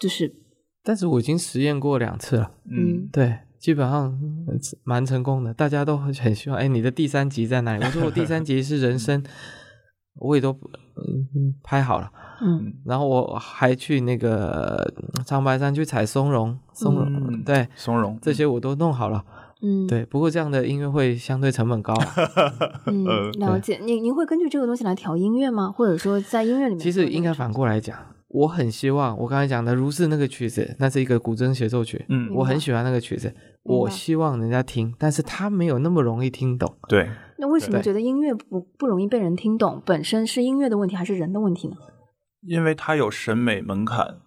就是
但是我已经实验过两次了，
嗯
对，基本上嗯蛮成功的，大家都很很希望，哎，你的第三集在哪里？我说我第三集是人生，我也都嗯拍好了。
嗯
然后我还去那个呃长白山去采松茸，松茸、
嗯
对，
松茸
这些我都弄好了。
嗯
对，不过这样的音乐会相对成本高、 啊，
嗯
呃
了解？您您会根据这个东西来调音乐吗？或者说在音乐里面
其
做
实
这
应
个
该
事
反过来讲，我很希望我刚才讲的《如是》那个曲子，那是一个古筝协奏曲，
嗯
明
我很
白
喜欢那个曲子，我
白
希望人家听，但是他没有那么容易听懂。
对，
那为什么
对
觉得音乐不不容易被人听懂？本身是音乐的问题还是人的问题呢？
因为它有审美门槛。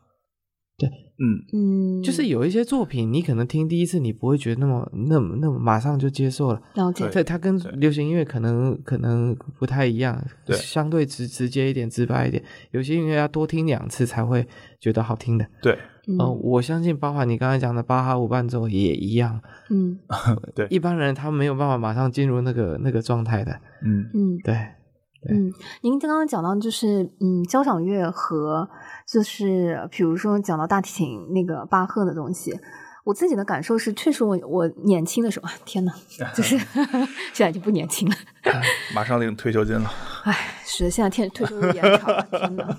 对，
嗯，
嗯，
就是有一些作品，你可能听第一次，你不会觉得那么、那么、那么马上就接受了。
了解
对，
对，它跟
对
流行音乐可能可能不太一样，
对
相对直直接一点、直白一点。有些音乐要多听两次才会觉得好听的。
对，
嗯
呃，我相信包含你刚才讲的巴哈无伴奏也一样，
嗯
对
一般人他没有办法马上进入那个那个状态的。
嗯，
嗯
对，对
嗯，您刚刚讲到就是嗯交响乐和就是比如说讲到大提琴那个巴赫的东西。我自己的感受是，确实我我年轻的时候，啊天 哪，就是现在就不年轻了。
马上领退休金了。
是现在天退休延长了，天哪！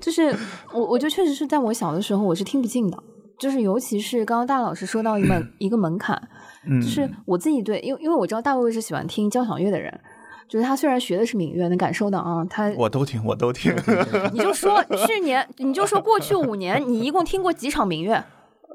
就是我，我觉得确实是在我小的时候，我是听不进的。就是尤其是刚刚大老师说到一门 一个门槛，
嗯，
就是我自己对，因为因为我知道大卫是喜欢听交响乐的人，就是他虽然学的是民乐，能感受到啊，他
我都听，我都听，
嗯
你就说去年，你就说过去五年，你一共听过几场民乐？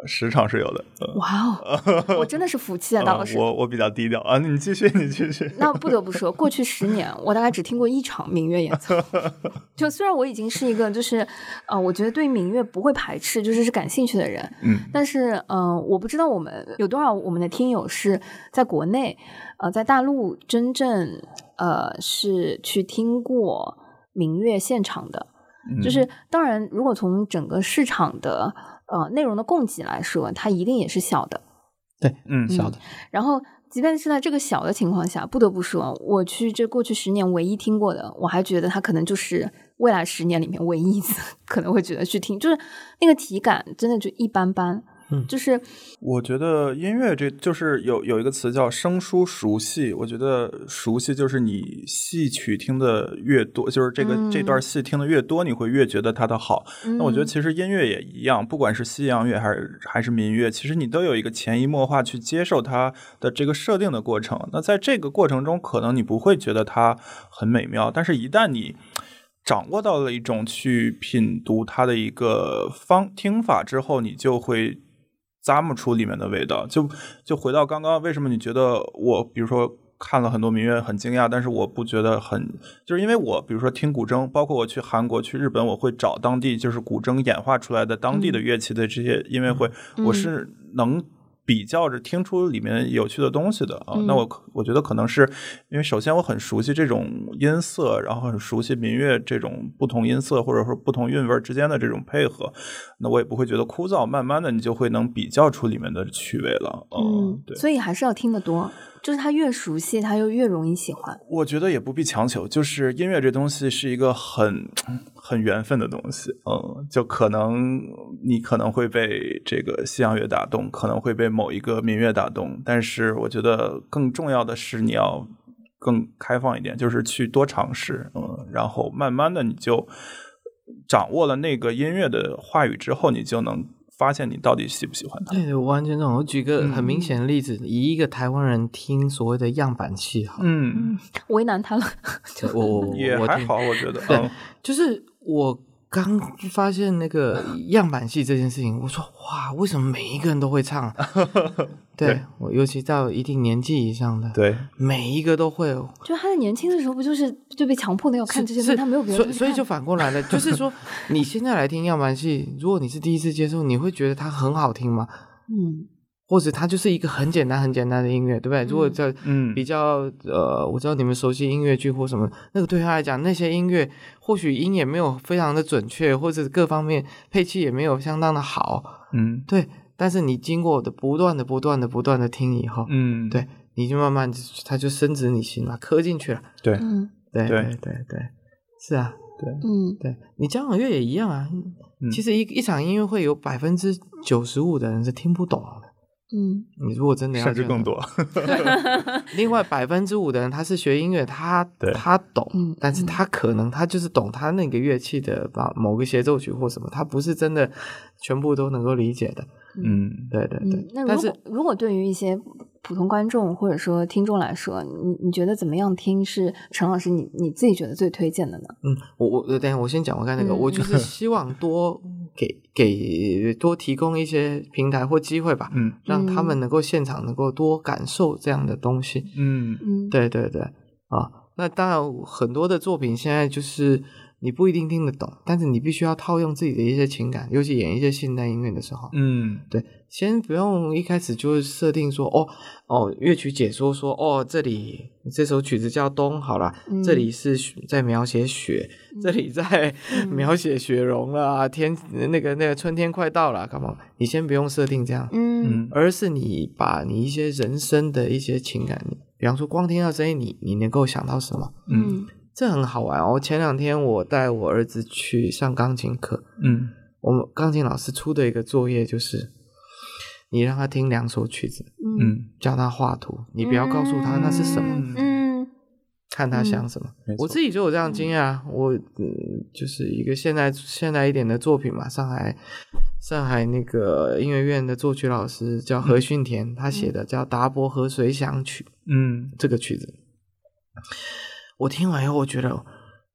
时常是有的。嗯
哇哦，我真的是服气啊，大老
呃
师。
我我比较低调啊，你继续，你继续。
那不得不说，过去十年我大概只听过一场民乐演奏。 就虽然我已经是一个就是，呃，我觉得对民乐不会排斥，就是是感兴趣的人，
嗯，
但是嗯、呃我不知道我们有多少我们的听友是在国内，呃，在大陆真正呃是去听过民乐现场的。
嗯
就是当然，如果从整个市场的呃内容的供给来说，它一定也是小的。
嗯，
小的，
然后，即便是在这个小的情况下，不得不说，我去这过去十年唯一听过的，我还觉得它可能就是未来十年里面唯一一次可能会觉得去听，就是那个体感真的就一般般。
嗯
就是
我觉得音乐这就是有有一个词叫生疏熟悉，我觉得熟悉就是你戏曲听的越多，就是这个、
嗯
这段戏听的越多，你会越觉得它的好。那我觉得其实音乐也一样，不管是西洋乐还是还是民乐，其实你都有一个潜移默化去接受它的这个设定的过程。那在这个过程中，可能你不会觉得它很美妙，但是一旦你掌握到了一种去品读它的一个方听法之后，你就会咂摸出里面的味道。就就回到刚刚，为什么你觉得我，比如说看了很多民乐很惊讶，但是我不觉得很，就是因为我比如说听古筝，包括我去韩国、去日本，我会找当地就是古筝演化出来的当地的乐器的这些音乐会，
嗯
我是能。比较着听出里面有趣的东西的啊，
嗯
那我可我觉得可能是因为首先我很熟悉这种音色，然后很熟悉民乐这种不同音色或者说不同韵味儿之间的这种配合，那我也不会觉得枯燥。慢慢的，你就会能比较出里面的趣味了。
嗯，
对，
所以还是要听得多，就是他越熟悉，他就越容易喜欢。
我觉得也不必强求，就是音乐这东西是一个很很缘分的东西，嗯，就可能你可能会被这个西洋乐打动，可能会被某一个民乐打动，但是我觉得更重要的是你要更开放一点，就是去多尝试，嗯，然后慢慢的你就掌握了那个音乐的话语之后，你就能发现你到底喜不喜欢它。
对，我完全懂。我举个很明显的例子，以一个台湾人听所谓的样板戏好，
嗯，
为难他了，
对我我我
也
我
还
听
好，我觉得，
对
嗯，
就是我刚发现那个样板戏这件事情，我说哇，为什么每一个人都会唱？对
对
我，尤其到一定年纪以上的，
对，
每一个都会。
就他在年轻的时候不就是就被强迫的要看这些东西，
是
他没有别的
所
东
以
西
所以
看
就反 过来了，就是说，你现在来听样板戏，如果你是第一次接触，你会觉得它很好听吗？
嗯
或者它就是一个很简单、很简单的音乐，对不对？如果在
嗯
比较呃，我知道你们熟悉音乐剧或什么，那个对他来讲，那些音乐或许音也没有非常的准确，或者各方面配器也没有相当的好，
嗯
对。但是你经过我的不断的、不断的、不断的听以后，
嗯，
对，你就慢慢地它就深植你心了，刻进去了。
对，
嗯
对
对
对对对，是啊，
嗯
对你交响乐也一样啊。
嗯
其实一一场音乐会有百分之九十五的人是听不懂的。
嗯
你如果真的要
甚至
这样
更
讲
多。
另外百分之五的人他是学音乐，他
对
他
嗯
懂，但是他可能他就是懂他那个乐器的吧，某个协奏曲或什么，他不是真的全部都能够理解的。
嗯，
对对对
嗯。，那
但
如
是
果如果对于一些普通观众或者说听众来说，你你觉得怎么样听是陈老师你你自己觉得最推荐的呢？
嗯，我我等一下我先讲我刚才那个，
嗯
我就是希望 多给给多提供一些平台或机会吧，
嗯
让他们
嗯
能够现场能够多感受这样的东西。
嗯
嗯，
对对对，啊，那当然很多的作品现在就是你不一定听得懂，但是你必须要套用自己的一些情感，尤其演一些现代音乐的时候，
嗯
对，先不用一开始就设定说哦哦，乐曲解说说哦，这里这首曲子叫《冬》好了，
嗯
这里是雪在描写雪，这里在
嗯
描写雪融了啊，天那个那个春天快到了，干嘛？你先不用设定这样，
嗯
嗯
而是你把你一些人生的一些情感，比方说光听到声音，你你能够想到什么？
嗯
这很好玩哦。前两天我带我儿子去上钢琴课，
嗯
我们钢琴老师出的一个作业就是，你让他听两首曲子，
嗯，
嗯，
叫他画图，你不要告诉他那是什么，
嗯嗯
看他想什么。
没错
我自己就有这样的经验啊，我、嗯、就是一个现代现代一点的作品嘛，上海上海那个音乐院的作曲老师叫何训田，他写的叫《达波河水响曲》
嗯
这个曲子，我听完以后，我觉得。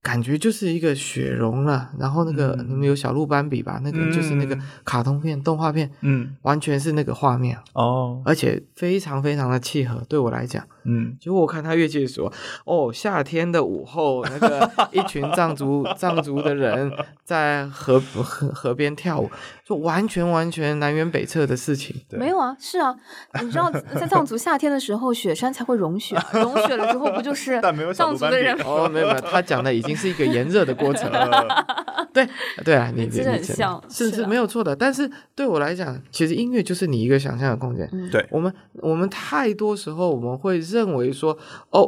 感觉就是一个雪融了，然后那个、
嗯
你们有小鹿斑比吧？那个就是那个
嗯
卡通片、动画片，
嗯
完全是那个画面，
哦
而且非常非常的契合。对我来讲，
嗯
结果我看他越界说，哦，夏天的午后，那 个一群藏族藏族的人在河河河边跳舞，就完全完全南辕北辙的事情。
对
没有啊，是啊，你知道在藏族夏天的时候，雪山才会融雪啊，融雪了之后不就是
但没有小
藏
鹿
族
斑
的
比
人
哦，没有没有，他讲的已经是一个炎热的过程了。 对对啊，你
哎其实
你
很
你
像
是
是
是
啊
没有错的。但是对我来讲，其实音乐就是你一个想象的空间。
嗯
对
我们我们太多时候我们会认为说，哦，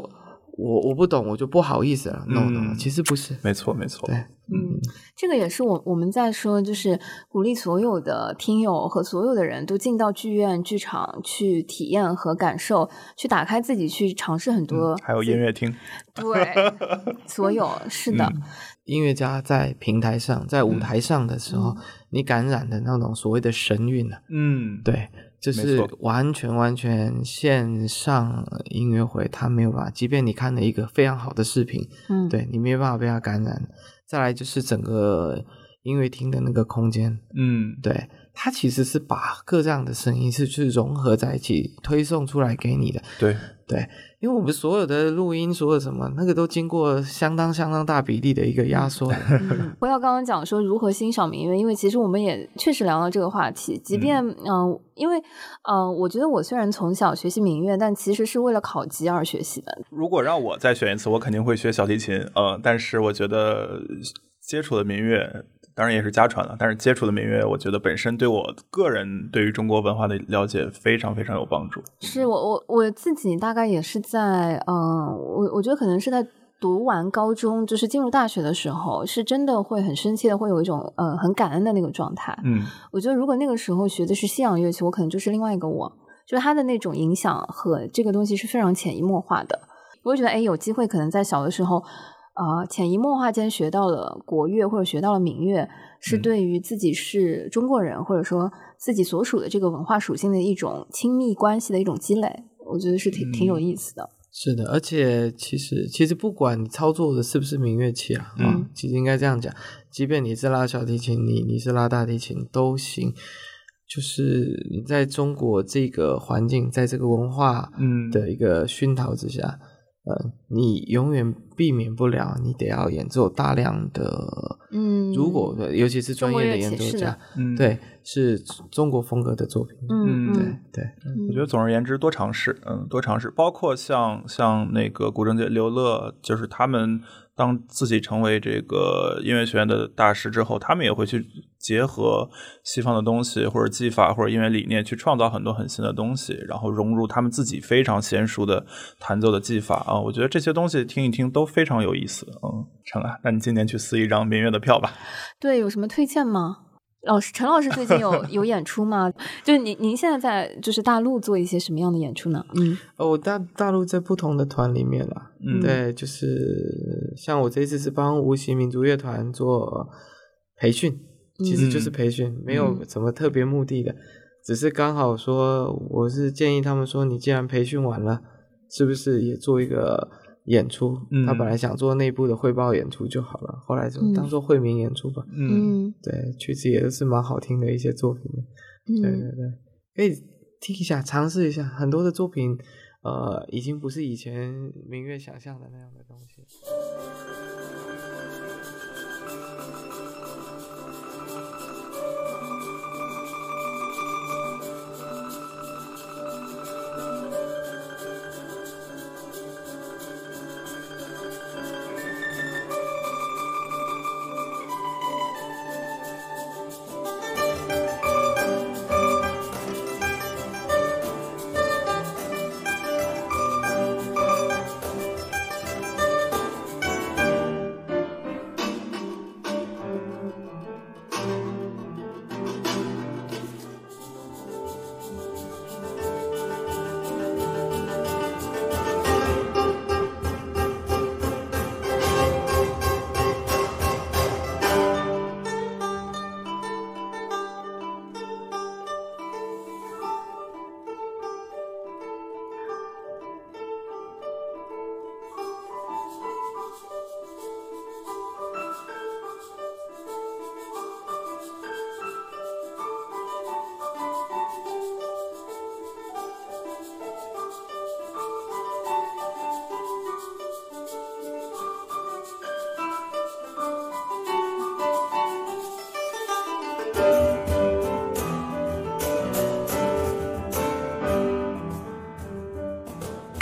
我我不懂，我就不好意思了。No no，
嗯
其实不是。
没错没错，
对，
嗯，这个也是我我们在说，就是鼓励所有的听友和所有的人都进到剧院、剧场去体验和感受，去打开自己，去尝试很多、
还有音乐厅，
对，所有是的，
音乐家在平台上、在
嗯
舞台上的时候，你感染的那种所谓的神韵啊，
嗯，
对，就
没
是
错
完全完全线上音乐会，他没有办法，即便你看了一个非常好的视频，
嗯，
对你没有办法被他感染。再来就是整个音乐厅的那个空间，
嗯
对，它其实是把各这样的声音是去融合在一起，推送出来给你的。
对，
对，因为我们所有的录音，所有什么那个都经过相当相当大比例的一个压缩的。
嗯回到刚刚讲说如何欣赏民乐，因为其实我们也确实聊到这个话题。即便嗯、呃因为呃，我觉得我虽然从小学习民乐，但其实是为了考级而学习的。
如果让我再选一次，我肯定会学小提琴。呃，但是我觉得接触的民乐，当然也是家传了，但是接触的民乐，我觉得本身对我个人对于中国文化的了解非常非常有帮助。
是我我我自己大概也是在嗯、呃我我觉得可能是在。读完高中，就是进入大学的时候，是真的会很生气的，会有一种呃很感恩的那个状态。
嗯
我觉得如果那个时候学的是西洋乐器，我可能就是另外一个我，就是他的那种影响和这个东西是非常潜移默化的。我会觉得，哎，有机会可能在小的时候，呃，潜移默化间学到了国乐或者学到了民乐，是
嗯
对于自己是中国人、或者说自己所属的这个文化属性的一种亲密关系的一种积累，我觉得是挺、挺有意思的。
是的，而且其实其实不管你操作的是不是民乐器啊，
嗯
啊，其实应该这样讲，即便你是拉小提琴，你你是拉大提琴都行，就是你在中国这个环境，在这个文化
嗯，
的一个熏陶之下，呃，你永远避免不了，你得要演奏大量的，
嗯
如果尤其是专业的演
中国乐器是
奏家
的，
嗯，
对，是中国风格的作品，
嗯
嗯
对对，
嗯
我觉得总而言之，多尝试，嗯，多尝试，包括像像那个古筝界刘乐，就是他们当自己成为这个音乐学院的大师之后，他们也会去结合西方的东西，或者技法，或者音乐理念，去创造很多很新的东西，然后融入他们自己非常娴熟的弹奏的技法啊。我觉得这些东西听一听都非常有意思。嗯，陈啊，那你今年去撕一张民乐的票吧。
对，有什么推荐吗？老师，陈老师最近 有有演出吗？就是您您现在在就是大陆做一些什么样的演出呢？嗯
哦，我大大陆在不同的团里面啊啦、
嗯
对，就是像我这一次是帮无锡民族乐团做培训，其实就是
嗯
培训，没有什么特别目的的，只是刚好说我是建议他们说，你既然培训完了，是不是也做一个演出？他本
嗯
来想做内部的汇报演出就好了，后来就
嗯
当做惠民演出吧。
嗯
对，曲子也都是蛮好听的一些作品的。对对
嗯
对，可以听一下，尝试一下很多的作品，呃，已经不是以前明月想象的那样的东西。
Thank